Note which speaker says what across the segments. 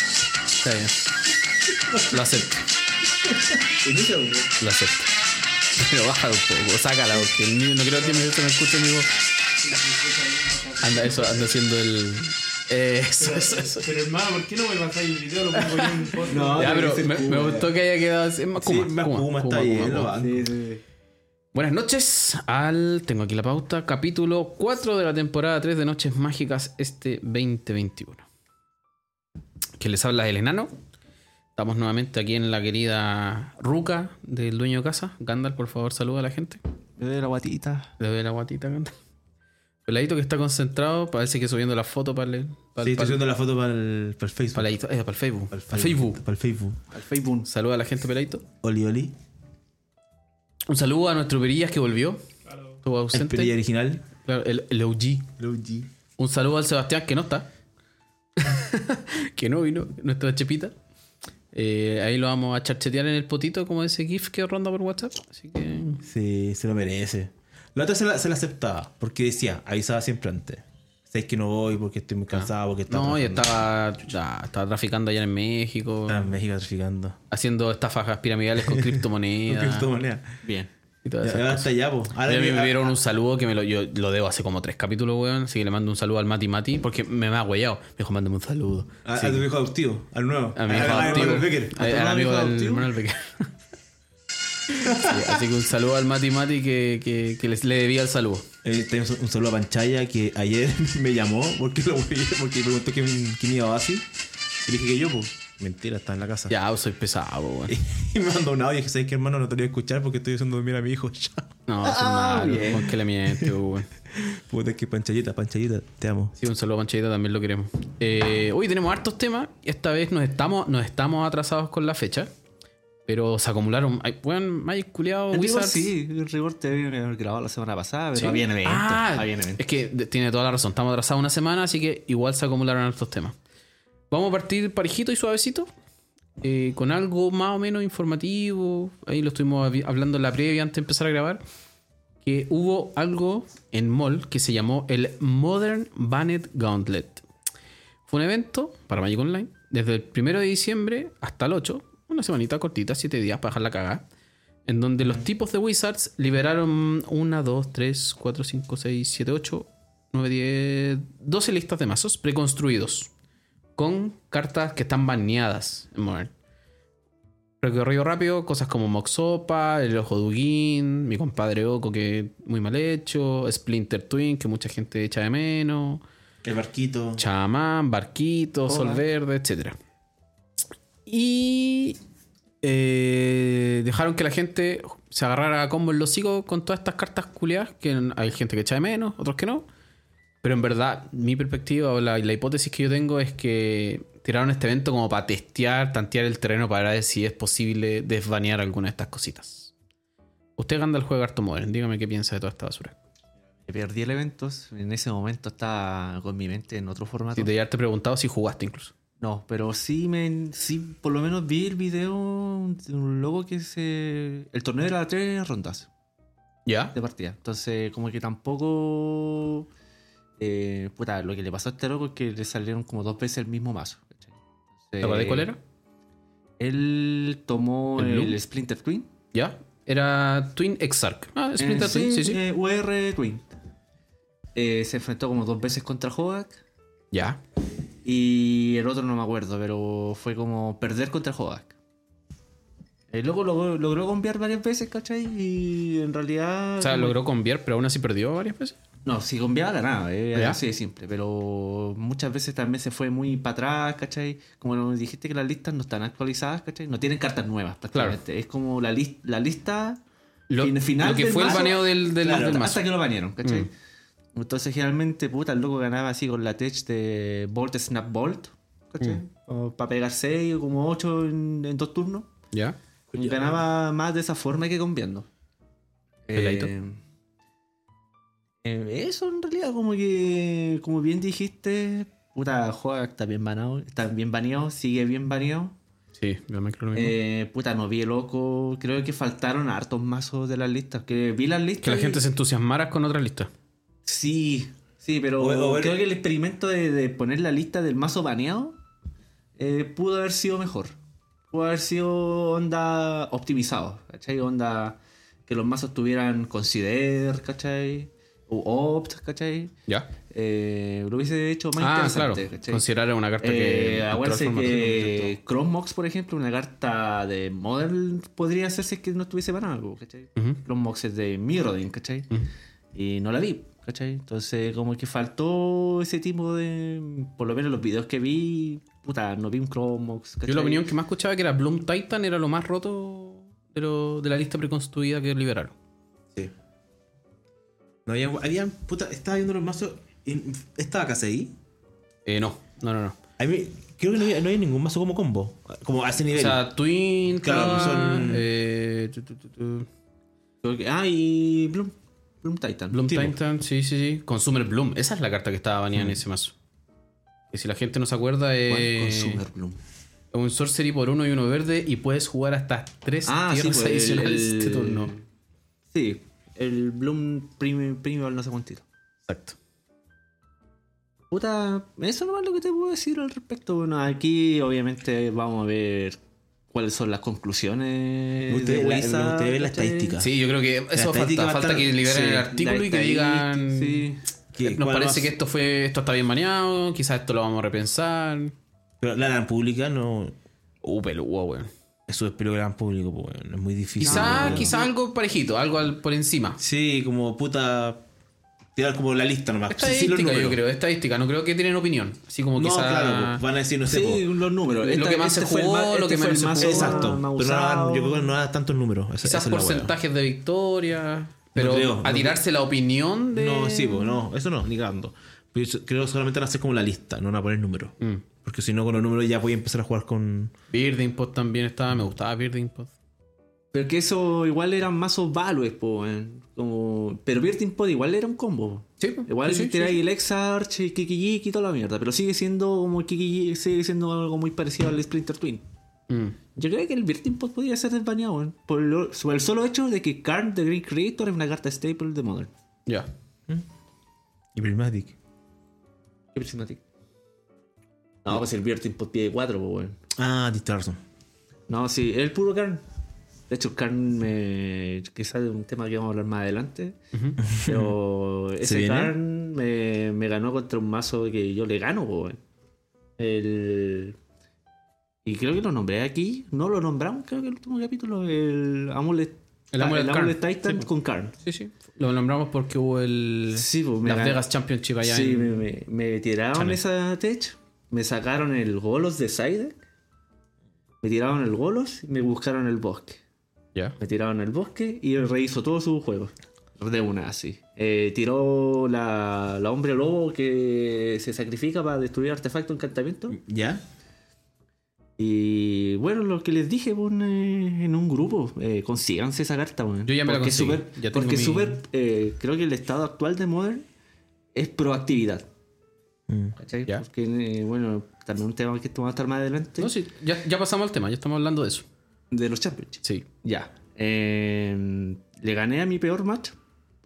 Speaker 1: Está bien. Lo acepto,
Speaker 2: Escucha, güey.
Speaker 1: lo acepto. Pero baja un poco, sácala, porque ni- no creo que mi viejo me escuche, amigo. Anda, eso, anda haciendo el. eh, eso,
Speaker 3: Pero,
Speaker 1: eso, eso.
Speaker 3: pero, hermano, ¿por qué no me pasáis el video? Lo pongo yo en mi foto.
Speaker 2: No,
Speaker 1: Ya,
Speaker 2: tiene
Speaker 1: pero
Speaker 2: que ser
Speaker 1: me, me
Speaker 2: Kuma,
Speaker 1: gustó
Speaker 2: ya.
Speaker 1: que haya quedado así. Es más
Speaker 2: Sí,
Speaker 1: Kuma,
Speaker 2: más
Speaker 1: Kuma,
Speaker 2: Kuma, está
Speaker 1: Kuma,
Speaker 2: bien,
Speaker 1: Kuma,
Speaker 2: lo
Speaker 1: Kuma.
Speaker 2: banco.
Speaker 4: Sí, sí.
Speaker 1: Buenas noches al. Tengo aquí la pauta. Capítulo 4 de la temporada 3 de Noches Mágicas, este 2021. Que les habla el enano. Estamos nuevamente aquí en la querida Ruca del dueño de casa. Gandalf, por favor, saluda a la gente.
Speaker 4: Me doy la guatita.
Speaker 1: Le doy la guatita, Gandalf. Peladito que está concentrado, parece que subiendo la foto para el. Para
Speaker 2: Sí,
Speaker 1: el-
Speaker 2: estoy
Speaker 1: para el-
Speaker 2: subiendo la foto para el, para el Facebook.
Speaker 1: para el- eh, para el Facebook.
Speaker 2: Para el
Speaker 1: Para el Facebook.
Speaker 2: Para el Facebook.
Speaker 4: Al Facebook.
Speaker 1: Saluda a la gente, Peladito.
Speaker 2: Oli, oli.
Speaker 1: Un saludo a nuestro Perillas que volvió.
Speaker 3: Claro.
Speaker 1: Estuvo
Speaker 2: El perilla
Speaker 1: ausente.
Speaker 2: original.
Speaker 1: Claro, el- el OG. Un saludo al Sebastián que no está. que no vino, nuestra chepita. Eh, ahí lo vamos a charchetear en el potito, como ese GIF que ronda por WhatsApp. Así que.
Speaker 2: Sí, se lo merece. La otra se la, se la aceptaba, porque decía, avisaba siempre antes. Sabes que no voy porque estoy muy cansado, porque estaba
Speaker 1: Ah. No, yo
Speaker 2: trabajando. Ah.
Speaker 1: estaba, ah, estaba traficando allá en México,
Speaker 2: Estaba en México traficando.
Speaker 1: haciendo estafas piramidales con criptomonedas.
Speaker 2: Con criptomonedas.
Speaker 1: Bien. Y todas
Speaker 2: Ya,
Speaker 1: esas
Speaker 2: ya
Speaker 1: cosas.
Speaker 2: hasta allá, po. Ahora
Speaker 1: Oye, a mí
Speaker 2: que-
Speaker 1: me
Speaker 2: ah,
Speaker 1: dieron un saludo que me lo, yo lo debo hace como tres capítulos, weón. Así que le mando un saludo al Mati Mati, porque me, me ha huellado. Me dijo, mándame un saludo.
Speaker 2: A, a
Speaker 1: Sí.
Speaker 2: tu hijo adoptivo, al nuevo.
Speaker 1: A mi hijo
Speaker 2: Al- al
Speaker 1: adoptivo.
Speaker 2: Ah, Manuel Becker.
Speaker 1: Al-
Speaker 2: ¿A tu
Speaker 1: al amigo
Speaker 2: hijo
Speaker 1: del
Speaker 2: adoptivo?
Speaker 1: Manuel Becker. Sí, así que un saludo al Mati Mati que, que, que les- le debía el saludo.
Speaker 2: Eh, tenemos un saludo a Panchaya que ayer me llamó porque, lo, porque preguntó quién, quién iba a Basi. Y le dije que yo, pues. Mentira, está en la casa.
Speaker 1: Ya, soy pesado, weón.
Speaker 2: Y me mandó un audio y dije, ¿sabes qué, hermano? No te lo voy a escuchar porque estoy haciendo dormir a mi hijo. Ya.
Speaker 1: No, soy malo, weón, que le miente, weón.
Speaker 2: Puta, que Panchayita, Panchayita, te amo.
Speaker 1: Sí, un saludo a Panchita, también lo queremos. Eh, hoy tenemos hartos temas. y Esta vez nos estamos, nos estamos atrasados con la fecha. Pero se acumularon. Ay, Weón, Magic culiado,
Speaker 4: El rigor
Speaker 1: Wizards.
Speaker 4: sí, el rigor te había grabado la semana pasada, pero
Speaker 1: Sí.
Speaker 4: había evento.
Speaker 1: Ah,
Speaker 4: había evento.
Speaker 1: Es que de- tiene toda la razón. Estamos atrasados una semana, así que igual se acumularon estos temas. Vamos a partir parejito y suavecito. eh, con algo más o menos informativo. Ahí lo estuvimos habi- hablando en la previa antes de empezar a grabar. Que hubo algo en Mall que se llamó el Modern Banned Gauntlet. Fue un evento para Magic Online desde el 1 de diciembre hasta el 8, una semanita cortita, 7 días para dejar la cagada, en donde los tipos de Wizards liberaron 1, 2, 3, 4, 5, 6, 7, 8, 9, 10, 12 listas de mazos preconstruidos con cartas que están baneadas en Modern. Recorrido rápido, cosas como Moxopa, El Ojo de Ugin, mi compadre Oco que muy mal hecho, Splinter Twin que mucha gente echa de menos.
Speaker 2: El barquito.
Speaker 1: Chamán, Barquito, Sol Verde, etc. Y eh, dejaron que la gente se agarrara a combo en los higos con todas estas cartas culiadas, que hay gente que echa de menos, otros que no. Pero en verdad, mi perspectiva o la, la hipótesis que yo tengo es que tiraron este evento como para testear, tantear el terreno para ver si es posible desvanear alguna de estas cositas. Usted, Gandalf, juega harto Modern. Dígame qué piensa de toda esta basura.
Speaker 4: Me Perdí el evento. En ese momento estaba con mi mente en otro formato.
Speaker 1: Si te haberte preguntado si jugaste incluso.
Speaker 4: No, pero sí, me, sí, por lo menos vi el video de un logo que se. El torneo era tres rondas
Speaker 1: ¿Ya?
Speaker 4: de partida. Entonces, como que tampoco. Eh, puta, lo que le pasó a este loco es que le salieron como dos veces el mismo mazo. ¿cachai?
Speaker 1: ¿Te
Speaker 4: Entonces,
Speaker 1: acordás cuál era?
Speaker 4: Él tomó
Speaker 1: ¿El
Speaker 4: el,
Speaker 1: Blue?
Speaker 4: Splinter Twin.
Speaker 1: ¿Ya? Era Twin Exarch. Ah, Splinter
Speaker 4: Eh,
Speaker 1: Twin, sí, sí.
Speaker 4: eh, UR Twin. Eh, se enfrentó como dos veces contra Hogak.
Speaker 1: Ya.
Speaker 4: eh, Y el otro no me acuerdo, pero fue como perder contra Jodak. El loco logró, logró conviar varias veces, ¿cachai? Y en realidad.
Speaker 1: O sea,
Speaker 4: como-
Speaker 1: logró conviar, pero aún así perdió varias veces.
Speaker 4: No, si conviaba ganaba, eh,
Speaker 1: ¿Ya?
Speaker 4: así de simple. Pero muchas veces también se fue muy para atrás, ¿cachai? Como nos dijiste que las listas no están actualizadas, ¿cachai? No tienen cartas nuevas, prácticamente. Es como la, lis- la lista.
Speaker 1: Lo,
Speaker 4: fin- final
Speaker 1: lo que
Speaker 4: del
Speaker 1: fue
Speaker 4: mazo,
Speaker 1: el baneo del, del,
Speaker 4: claro,
Speaker 1: del mazo.
Speaker 4: hasta que lo banearon, ¿cachai?
Speaker 1: Mm.
Speaker 4: Entonces, generalmente, puta, el loco ganaba así con la tech de Bolt Snap Bolt, ¿cachai?
Speaker 1: Mm.
Speaker 4: Para pegar 6 o como 8 en, en dos turnos.
Speaker 1: ¿Ya?
Speaker 4: Ganaba más de esa forma que conviando.
Speaker 1: Peladito.
Speaker 4: Eh, eh, eso en realidad, como que. Como bien dijiste, puta, juega está bien baneado, está bien baneado, sigue bien baneado.
Speaker 1: Sí, yo me creo lo mismo.
Speaker 4: Eh, puta, no vi loco. Creo que faltaron hartos mazos de las listas. Que vi las listas.
Speaker 1: que la
Speaker 4: y-
Speaker 1: gente se entusiasmara con otra lista.
Speaker 4: Sí, sí, pero
Speaker 2: O- o ver-
Speaker 4: creo que el experimento de, de poner la lista del mazo baneado eh, pudo haber sido mejor. Pudo haber sido onda optimizado, ¿cachai? Onda que los mazos tuvieran consider, ¿cachai? O opt, ¿cachai?
Speaker 1: Ya.
Speaker 4: Eh, lo hubiese hecho más
Speaker 1: Ah, claro.
Speaker 4: interesante, ¿cachai?
Speaker 1: Considerar una carta que.
Speaker 4: Eh,
Speaker 1: el
Speaker 4: acuérdense
Speaker 1: transformador-
Speaker 4: que Crossmox, por ejemplo, una carta de Modern podría hacerse que no estuviese para algo, ¿cachai?
Speaker 1: Ujú.
Speaker 4: Crossmox es de Mirrodin, ¿cachai?
Speaker 1: Ujú.
Speaker 4: Y no la vi, ¿cachai? Entonces, como que faltó ese tipo de. Por lo menos los videos que vi, puta, no vi un Crossmox, ¿cachai?
Speaker 1: Yo la opinión que más escuchaba que era Bloom Titan era lo más roto de, lo- de la lista preconstruida que liberaron.
Speaker 2: Sí. No había, había- puta, estaba viendo los mazos. y- Estaba Casey.
Speaker 1: Eh, no, no, no, no.
Speaker 2: A mí, creo que no había, no había ningún mazo como combo. Como a ese
Speaker 1: O
Speaker 2: nivel.
Speaker 1: sea, Twin,
Speaker 2: Claro,
Speaker 1: Claw,
Speaker 2: son-
Speaker 1: eh, tu, tu, tu, tu.
Speaker 4: Creo que- Ah, y Bloom, Bloom Titan.
Speaker 1: Bloom
Speaker 2: Tipo.
Speaker 1: Titan, sí, sí, sí. Consumer Bloom. Esa es la carta que estaba baneada en ese mazo. Que si la gente no se acuerda,
Speaker 4: Bueno,
Speaker 1: es
Speaker 4: Consumer Bloom.
Speaker 1: un sorcery por uno y uno verde y puedes jugar hasta tres
Speaker 4: Ah, sí,
Speaker 1: tierras
Speaker 4: pues,
Speaker 1: adicionales
Speaker 4: el-
Speaker 1: este turno.
Speaker 4: Sí, el Bloom Premium, Premium no sé cuántito.
Speaker 1: Exacto.
Speaker 4: Puta, eso no es lo que te puedo decir al respecto. Bueno, aquí obviamente vamos a ver cuáles son las conclusiones.
Speaker 2: Me gustaría
Speaker 4: de
Speaker 2: la- me
Speaker 4: Wizard,
Speaker 2: gustaría ver la
Speaker 4: ¿cachai?
Speaker 2: estadística.
Speaker 1: Sí, yo creo que eso
Speaker 2: estadística
Speaker 1: falta.
Speaker 2: va a
Speaker 1: Falta
Speaker 2: estar-
Speaker 1: que liberen
Speaker 4: Sí,
Speaker 1: el
Speaker 4: la
Speaker 1: artículo y que
Speaker 4: estadística,
Speaker 1: digan. eh,
Speaker 4: Sí.
Speaker 2: ¿Qué-
Speaker 1: Nos
Speaker 2: cuál
Speaker 1: parece
Speaker 2: mazo?
Speaker 1: que esto fue esto está bien baneado, quizás esto lo vamos a repensar.
Speaker 2: Pero la gran pública no.
Speaker 1: Uh, pelúa, weón.
Speaker 2: Eso es pelo gran público, pues, weón, Es muy difícil.
Speaker 1: Quizá,
Speaker 2: weón.
Speaker 1: quizá algo parejito, algo al- por encima.
Speaker 2: Sí, como puta. Tirar como la lista nomás. Sí, sí, los
Speaker 1: Estadística, yo
Speaker 2: números.
Speaker 1: creo, estadística, no creo que tienen opinión. Así como
Speaker 2: No,
Speaker 1: quizá.
Speaker 2: claro, pues, van a decir, no sé.
Speaker 4: Sí,
Speaker 2: po,
Speaker 4: los números.
Speaker 1: Lo que más se
Speaker 4: fue el
Speaker 1: jugó,
Speaker 4: más-
Speaker 1: lo que
Speaker 4: fue el
Speaker 1: menos se
Speaker 4: más
Speaker 1: jugó.
Speaker 2: Exacto.
Speaker 4: más
Speaker 2: Pero no hagan-
Speaker 4: usado.
Speaker 2: yo creo que no hagan tantos números. Esa,
Speaker 1: quizás
Speaker 2: esa es la weá.
Speaker 1: porcentajes de victoria. Pero
Speaker 2: creo,
Speaker 1: a
Speaker 2: no
Speaker 1: tirarse la opinión de.
Speaker 2: No, sí, po, no, eso no, ni cagando. Pero yo creo que solamente van a hacer como la lista, no van a poner números.
Speaker 1: Mm.
Speaker 2: Porque si no, con los números ya voy a empezar a jugar con.
Speaker 1: Birding Pod también estaba, me gustaba Birding Pod.
Speaker 4: Pero que eso igual eran mazos values, po, weón. como Pero Virtin Pod igual era un combo.
Speaker 1: Sí, po.
Speaker 4: Igual
Speaker 1: Sí, sí,
Speaker 4: tiráis
Speaker 1: sí.
Speaker 4: el Exarch, el Kikijiki y toda la mierda. Pero sigue siendo como Kikijiki, sigue siendo algo muy parecido al Splinter Twin.
Speaker 1: Mm.
Speaker 4: Yo creo que el Virtin Pod podría ser desbaneado, weón. Por, lo- por el solo hecho de que Karn the Green Creator es una carta staple de Modern.
Speaker 1: Ya.
Speaker 2: Y Prismatic.
Speaker 4: Qué prismatic. No, pues el Virtin Pod pide 4, pues, weón.
Speaker 2: Ah, Distortion.
Speaker 4: No, sí, el puro Karn. De hecho, Karn, me... quizás de un tema que vamos a hablar más adelante. Pero ese
Speaker 2: viene?
Speaker 4: Karn me, me ganó contra un mazo que yo le gano, po, weón. El. Y creo que lo nombré aquí. No lo nombramos, creo que el último capítulo. El Amulet,
Speaker 1: El Amulet
Speaker 4: el
Speaker 1: Karn.
Speaker 4: Amulet Titan
Speaker 1: Sí, po.
Speaker 4: con Karn.
Speaker 1: Sí, sí. Lo nombramos porque hubo el.
Speaker 4: Sí, pues me
Speaker 1: Las
Speaker 4: ganó.
Speaker 1: Vegas Championship allá
Speaker 4: Sí,
Speaker 1: en-
Speaker 4: me, me- me tiraron
Speaker 1: Channel.
Speaker 4: esa tech, me sacaron el Golos de Psyduck, me tiraron el Golos y me buscaron el bosque.
Speaker 1: Ya.
Speaker 4: Me tiraron el bosque y él rehizo todos sus juegos. De una, así. Eh, tiró la, la hombre lobo que se sacrifica para destruir artefacto encantamiento.
Speaker 2: ¿Ya?
Speaker 4: Y bueno, lo que les dije pon, eh, en un grupo, eh, consíganse esa carta, weón.
Speaker 1: Yo ya me la
Speaker 4: Porque es
Speaker 1: conseguí,
Speaker 4: súper-
Speaker 1: ya tengo
Speaker 4: porque es
Speaker 1: mi-
Speaker 4: súper, eh, creo que el estado actual de Modern es proactividad.
Speaker 2: Mm.
Speaker 4: ¿Cachai?
Speaker 1: Ya.
Speaker 4: Porque, eh, bueno, también un tema que vamos a estar más adelante.
Speaker 1: No, sí, ya, ya pasamos al tema, ya estamos hablando de eso.
Speaker 4: De los Championships.
Speaker 1: Sí.
Speaker 4: Ya. Eh, le gané a mi peor match.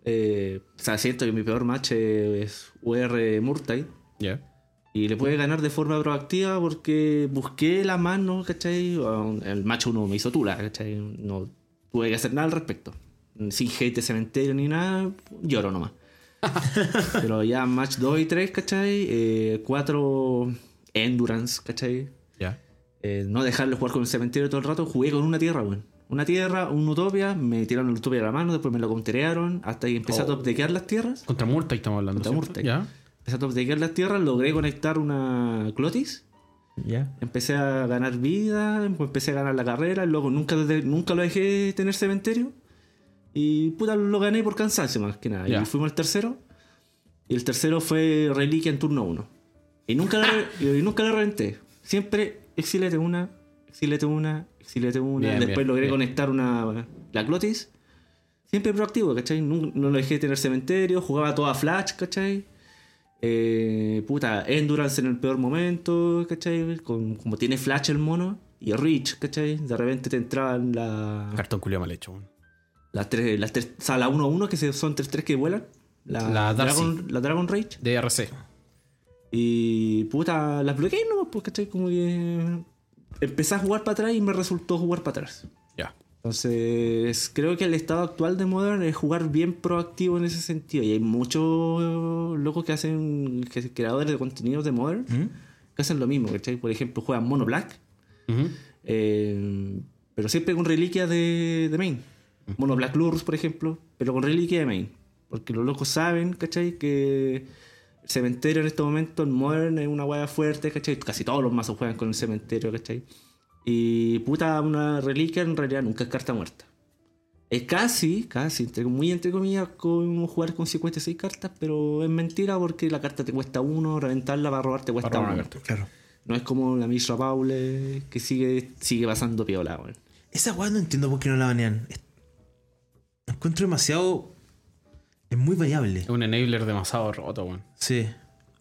Speaker 4: Eh, o sea, siento que mi peor match eh, es UR Murtai.
Speaker 1: Ya.
Speaker 4: Y le pude ganar de forma proactiva porque busqué la mano, ¿cachai? Um, El match 1 me hizo tula, ¿cachai? No tuve que hacer nada al respecto. Sin hate de cementerio ni nada, lloro nomás. Pero ya match 2 y 3, ¿cachai? 4 endurance, ¿cachai?
Speaker 1: Ya.
Speaker 4: eh, no dejarlo jugar con el cementerio todo el rato, jugué con una tierra, weón. Una tierra, un utopia, me tiraron el utopia a la mano, después me lo conterearon, hasta que empecé a
Speaker 1: Oh.
Speaker 4: topdequear las tierras.
Speaker 1: Contra Murta estamos hablando.
Speaker 4: Contra
Speaker 1: ¿cierto?
Speaker 4: Murta.
Speaker 1: Ya.
Speaker 4: Empecé a topdequear las tierras, logré conectar una clotis,
Speaker 2: ¿Ya?
Speaker 4: empecé a ganar vida, pues, empecé a ganar la carrera, luego nunca, nunca lo dejé tener cementerio. Y puta, lo gané por cansancio más que nada.
Speaker 1: Ya.
Speaker 4: Y fuimos al tercero. Y el tercero fue reliquia en turno 1. Y nunca la,
Speaker 1: Ah.
Speaker 4: re- y nunca la reventé. Siempre exilete una, exilete una, exilete una.
Speaker 1: Bien,
Speaker 4: Después
Speaker 1: bien,
Speaker 4: logré
Speaker 1: bien.
Speaker 4: conectar una la clotis. Siempre proactivo, ¿cachai? Nun- No, lo dejé tener cementerio, jugaba toda flash, ¿cachai? Eh, puta, endurance en el peor momento, ¿cachai? Con- como tiene flash el mono. Y reach, ¿cachai? De repente te entraban la...
Speaker 1: Ah. Cartón culiao mal hecho. weón.
Speaker 4: Las tres, las tres, o sea, la 1-1 que se- son 3-3 que vuelan. La,
Speaker 1: La Darcy.
Speaker 4: Dragon, la Dragon Rage.
Speaker 1: DRC.
Speaker 4: Y puta, las bloqueé nomás, pues, ¿cachai? Como que empecé a jugar para atrás y me resultó jugar para atrás.
Speaker 1: Ya.
Speaker 4: Entonces, creo que el estado actual de Modern es jugar bien proactivo en ese sentido. Y hay muchos locos que hacen, que creadores de contenidos de Modern, que hacen lo mismo, ¿cachai? Por ejemplo, juegan Mono Black,
Speaker 1: Ujú.
Speaker 4: eh, pero siempre con reliquias de, de main. Mono Black Lures, por ejemplo, pero con reliquia de main. Porque los locos saben, ¿cachai? Que el cementerio en este momento, en Modern, es una hueá fuerte, ¿cachai? Casi todos los mazos juegan con el cementerio, ¿cachai? Y puta, una reliquia en realidad nunca es carta muerta. Es casi, casi, entre- muy entre comillas, como jugar con 56 cartas, pero es mentira porque la carta te cuesta uno, reventarla para robar te cuesta
Speaker 1: robar una
Speaker 4: uno.
Speaker 1: carta.
Speaker 2: Claro.
Speaker 4: No es como la Mishra Paule que sigue, sigue pasando piola, weón.
Speaker 2: Esa weá no entiendo por qué no la banean. Es- la Encuentro demasiado. Es muy variable.
Speaker 1: Es un enabler demasiado roto, weón.
Speaker 2: Sí.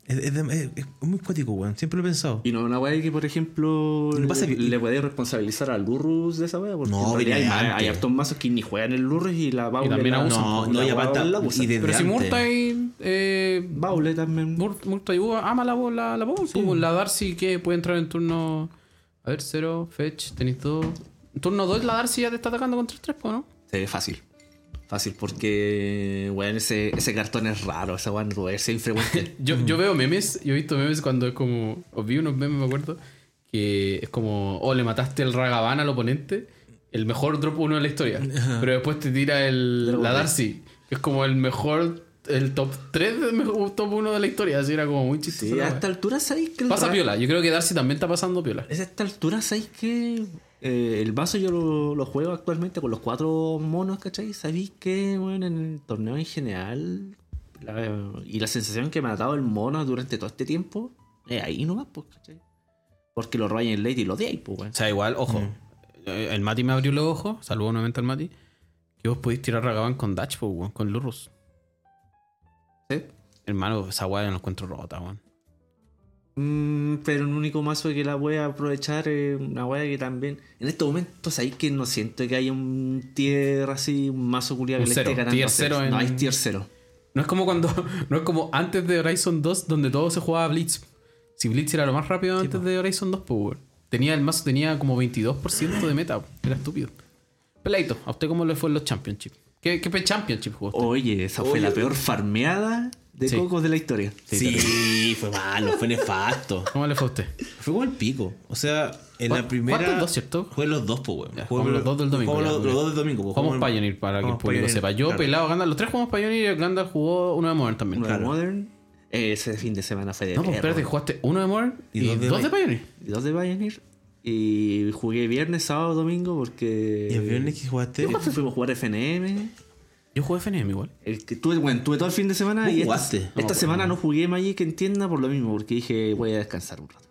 Speaker 2: Es, es de- es- es muy cuático, weón. Siempre lo he pensado.
Speaker 4: Y no es una weá que, por ejemplo,
Speaker 2: Lo que pasa
Speaker 4: le,
Speaker 2: es que-
Speaker 4: le podéis responsabilizar al Lurrus de esa weá. Porque
Speaker 2: No,
Speaker 4: en realidad
Speaker 2: viene de
Speaker 4: hay,
Speaker 2: antes.
Speaker 4: hay hartos mazos que ni juegan el Lurrus y la Paule.
Speaker 1: también
Speaker 4: la-
Speaker 1: abusan,
Speaker 2: No,
Speaker 4: la
Speaker 2: no, y
Speaker 4: weá
Speaker 2: aparte.
Speaker 4: la abusan.
Speaker 2: Y desde
Speaker 1: Pero si
Speaker 2: antes.
Speaker 1: Murta y. Eh,
Speaker 4: Paule también.
Speaker 1: Mur- Murta y Uva ama la, bo- la, la bomba. pues, La Darcy que puede entrar en turno. A ver, 0, Fetch, tenéis 2. En turno 2 la Darcy ya te está atacando contra el 3, ¿no?
Speaker 4: Se ve fácil. Fácil porque, weón, ese, ese cartón es raro. Esa weá no es infrecuente.
Speaker 1: Yo, yo veo memes, yo he visto memes cuando es como. Os vi unos memes, me acuerdo. Que es como, oh, le mataste el Ragavan al oponente. El mejor drop 1 de la historia. Pero después te tira el,
Speaker 4: Dragon
Speaker 1: la
Speaker 4: Ball.
Speaker 1: Darcy. Que es como el mejor. El top 3 de mejor- top 1 de la historia. Así era como muy chistoso.
Speaker 4: sí,
Speaker 1: la
Speaker 4: a
Speaker 1: wea.
Speaker 4: esta altura sabéis que el
Speaker 1: Pasa
Speaker 4: ra-
Speaker 1: piola. Yo creo que Darcy también está pasando piola.
Speaker 4: Es a esta altura, ¿sabéis que eh, el vaso yo lo, lo juego actualmente con los cuatro monos, ¿cachai? ¿Sabéis que, bueno, en el torneo en general la- y la sensación que me ha dado el mono durante todo este tiempo es ahí nomás, pues, ¿cachai? Porque lo Ryan en Lady lo de ahí, pues, weón.
Speaker 1: O sea, igual, ojo. eh, El Mati me abrió los ojos. Saludos nuevamente al Mati. Que vos podéis tirar Ragavan con Dutch, po, weón, con Lurrus.
Speaker 4: Sí.
Speaker 1: Hermano, esa weá yo la encuentro rota, weón.
Speaker 4: Mm, pero el único mazo que la voy a aprovechar es una wea que también. En este momento, sabéis que no siento que haya un tier así, un mazo culiado
Speaker 1: Un
Speaker 4: que le esté
Speaker 1: cero,
Speaker 4: ganando.
Speaker 1: tier
Speaker 4: a
Speaker 1: cero
Speaker 4: Zeus. No
Speaker 1: en-
Speaker 4: hay tier cero.
Speaker 1: No es como cuando. No es como antes de Horizon 2, donde todo se jugaba Blitz. Si Blitz era lo más rápido antes de Horizon 2, pues, weón. Tenía el mazo, tenía como 22% de meta. weón. Era estúpido. Peleito, ¿a usted cómo le fue en los Championships? ¿Qué, qué Championship jugó usted?
Speaker 4: Oye, esa fue la peor farmeada de
Speaker 1: Sí.
Speaker 4: cocos de la historia.
Speaker 2: Sí, fue malo, fue nefasto.
Speaker 1: ¿Cómo le fue a usted?
Speaker 2: Fue como el pico. O sea, en
Speaker 1: ¿Cuál-
Speaker 2: la primera.
Speaker 1: cuántos dos, cierto?
Speaker 2: Jugué los dos, pues, weón.
Speaker 1: Ya,
Speaker 2: Jugué
Speaker 1: jugamos los dos del domingo.
Speaker 2: jugamos
Speaker 1: ya,
Speaker 2: los,
Speaker 1: ya.
Speaker 2: los dos del domingo, pues.
Speaker 1: Jugamos
Speaker 2: Jugamos-
Speaker 1: Pioneer para que el
Speaker 2: jugamos
Speaker 1: público
Speaker 2: Pioneer,
Speaker 1: sepa. Yo,
Speaker 2: claro.
Speaker 1: Pelado, Gandalf. Los tres jugamos Pioneer y Gandalf jugó uno de Modern también.
Speaker 4: Uno de Modern. Ese fin de semana fue de
Speaker 1: No, pues
Speaker 4: perro.
Speaker 1: espérate, jugaste uno de Modern y, dos, de, Pioneer.
Speaker 4: Y Dos de Pioneer. Y jugué viernes, sábado, domingo porque...
Speaker 2: ¿Y el viernes que jugaste?
Speaker 4: Fuimos a jugar FNM.
Speaker 1: Yo jugué FNM igual.
Speaker 4: El que tuve, bueno, tuve todo el fin de semana
Speaker 2: ¿Vos
Speaker 4: y esta,
Speaker 2: jugaste? No me
Speaker 4: esta
Speaker 2: acuerdo.
Speaker 4: semana no jugué Magic en tienda por lo mismo, porque dije voy a descansar un rato.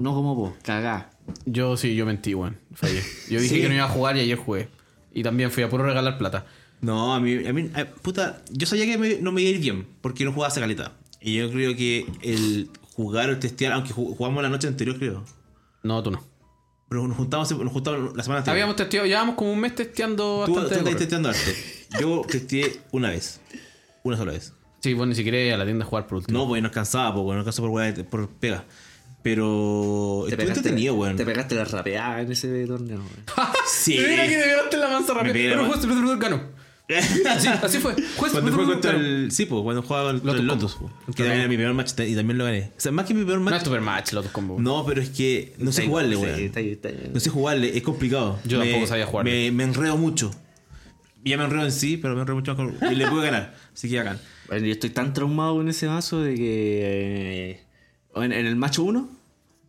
Speaker 4: No como vos, cagá.
Speaker 1: Yo sí, yo mentí, weón. Fallé. Yo dije
Speaker 4: Sí.
Speaker 1: que no iba a jugar y ayer jugué. Y también fui a puro regalar plata.
Speaker 2: No, a mí, a mí, a- puta, yo sabía que me- no me iba a ir bien, porque no jugaba esa caleta. Y yo creo que el jugar o el testear, aunque ju- jugamos la noche anterior, creo.
Speaker 1: No, tú no.
Speaker 2: Pero nos juntamos, nos juntamos la semana anterior.
Speaker 1: Habíamos testeado, llevamos como un mes testeando
Speaker 2: tú, tú
Speaker 1: bastante. de
Speaker 2: andáis
Speaker 1: correr.
Speaker 2: testeando arte. Yo testeé una vez. Una sola vez.
Speaker 1: Sí, vos ni siquiera ibas a la tienda a jugar por último.
Speaker 2: No, porque no alcanzaba, porque no alcanzaba por, weá de- por pega. Pero estuvo entretenido, weón.
Speaker 4: te pegaste la rapeada en ese torneo. weón.
Speaker 2: Sí.
Speaker 1: Mira que te violaste la manza rápido.
Speaker 2: Me pegué la
Speaker 1: Pero
Speaker 2: man-
Speaker 1: juez ganó. Así, así fue. Juez
Speaker 2: Cuando fue contra
Speaker 1: ganó.
Speaker 2: el. Sí, pues, cuando jugaba contra el
Speaker 1: Lotus
Speaker 2: Lotus.
Speaker 1: Combo.
Speaker 2: po. Que también era mi primer match y también lo gané. O sea, más que mi peor
Speaker 1: No
Speaker 2: match.
Speaker 1: es match, los dos combos.
Speaker 2: No, pero es que no sé jugarle,
Speaker 4: Sí,
Speaker 2: weón.
Speaker 4: está ahí, está ahí.
Speaker 2: No sé jugarle, es complicado.
Speaker 1: Yo tampoco sabía jugarle.
Speaker 2: Me, me enredo mucho. Ya me enredo en sí, pero me enredo mucho más con- Y le pude ganar. Así que bacán.
Speaker 4: Bueno, yo estoy tan traumado con ese mazo de que. eh, en, en el macho 1,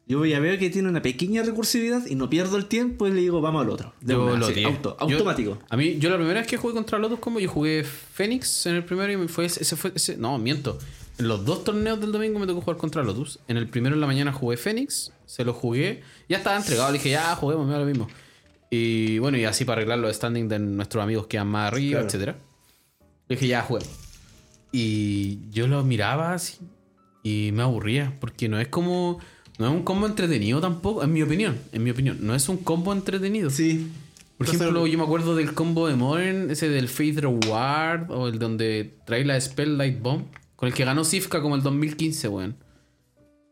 Speaker 4: yo ya veo que tiene una pequeña recursividad y no pierdo el tiempo y le digo, vamos al otro. De
Speaker 1: Yo
Speaker 4: una,
Speaker 1: lo
Speaker 4: así,
Speaker 1: odié.
Speaker 4: auto-
Speaker 1: Yo-
Speaker 4: automático.
Speaker 1: A mí, yo la primera vez que jugué contra Lotus Combo, yo jugué Fénix en el primero y me fue ese, ese fue ese- No, miento. En los dos torneos del domingo me tocó jugar contra Lotus. En el primero en la mañana jugué Fénix, se lo jugué. Ya estaba entregado, le dije, ya juguemos, me da lo mismo. Y bueno, y así para arreglar los standings de nuestros amigos que van más arriba,
Speaker 2: Claro.
Speaker 1: etcétera. Le dije, ya juguemos. Y yo lo miraba así y me aburría, porque no es como. No es un combo entretenido tampoco, en mi opinión. En mi opinión, no es un combo entretenido.
Speaker 2: Sí.
Speaker 1: Por ejemplo, yo me acuerdo del combo de Modern, ese del Faith Reward, o el donde trae la Spell Light Bomb, con el que ganó Sifka como el 2015, weón.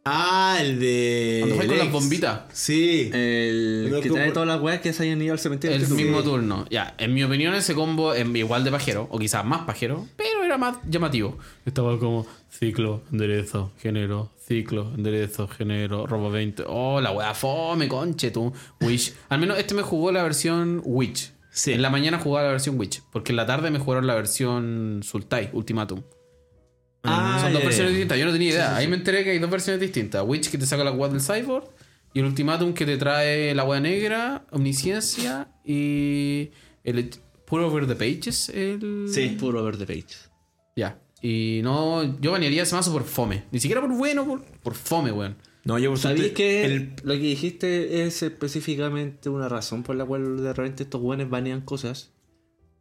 Speaker 2: Ah, el de.
Speaker 1: Cuando fue
Speaker 2: el
Speaker 1: con las
Speaker 2: ex.
Speaker 1: bombitas. Eh,
Speaker 2: Sí.
Speaker 4: El
Speaker 2: Pero
Speaker 4: que
Speaker 2: tú-
Speaker 4: trae todas las weas que se hayan ido al cementerio. este
Speaker 1: El
Speaker 4: Sí.
Speaker 1: mismo turno. Ya, en mi opinión ese combo es igual de pajero, o quizás más pajero, pero era más llamativo. Estaba como ciclo, enderezo, género, ciclo, enderezo, género, robo 20. Oh, la wea fome, conche, tú. Witch. Al menos este me jugó la versión Witch.
Speaker 2: Sí.
Speaker 1: En la mañana jugaba la versión Witch, porque en la tarde me jugaron la versión Sultai, Ultimatum.
Speaker 2: Ah,
Speaker 1: Son dos
Speaker 2: ya,
Speaker 1: versiones
Speaker 2: ya.
Speaker 1: distintas, yo no tenía idea. Ahí me enteré que hay dos versiones distintas. Witch que te saca la web del cyborg y el ultimatum que te trae la web negra, omnisciencia y el puro over the pages. El...
Speaker 2: Sí.
Speaker 4: Puro over the page.
Speaker 1: Ya. Y no, yo banearía ese mazo por fome. Ni siquiera por bueno, por, por fome, weón.
Speaker 2: No, yo por
Speaker 4: ¿Sabéis
Speaker 2: suerte.
Speaker 4: que
Speaker 2: el-
Speaker 4: lo que dijiste es específicamente una razón por la cual de repente estos buenos banean cosas?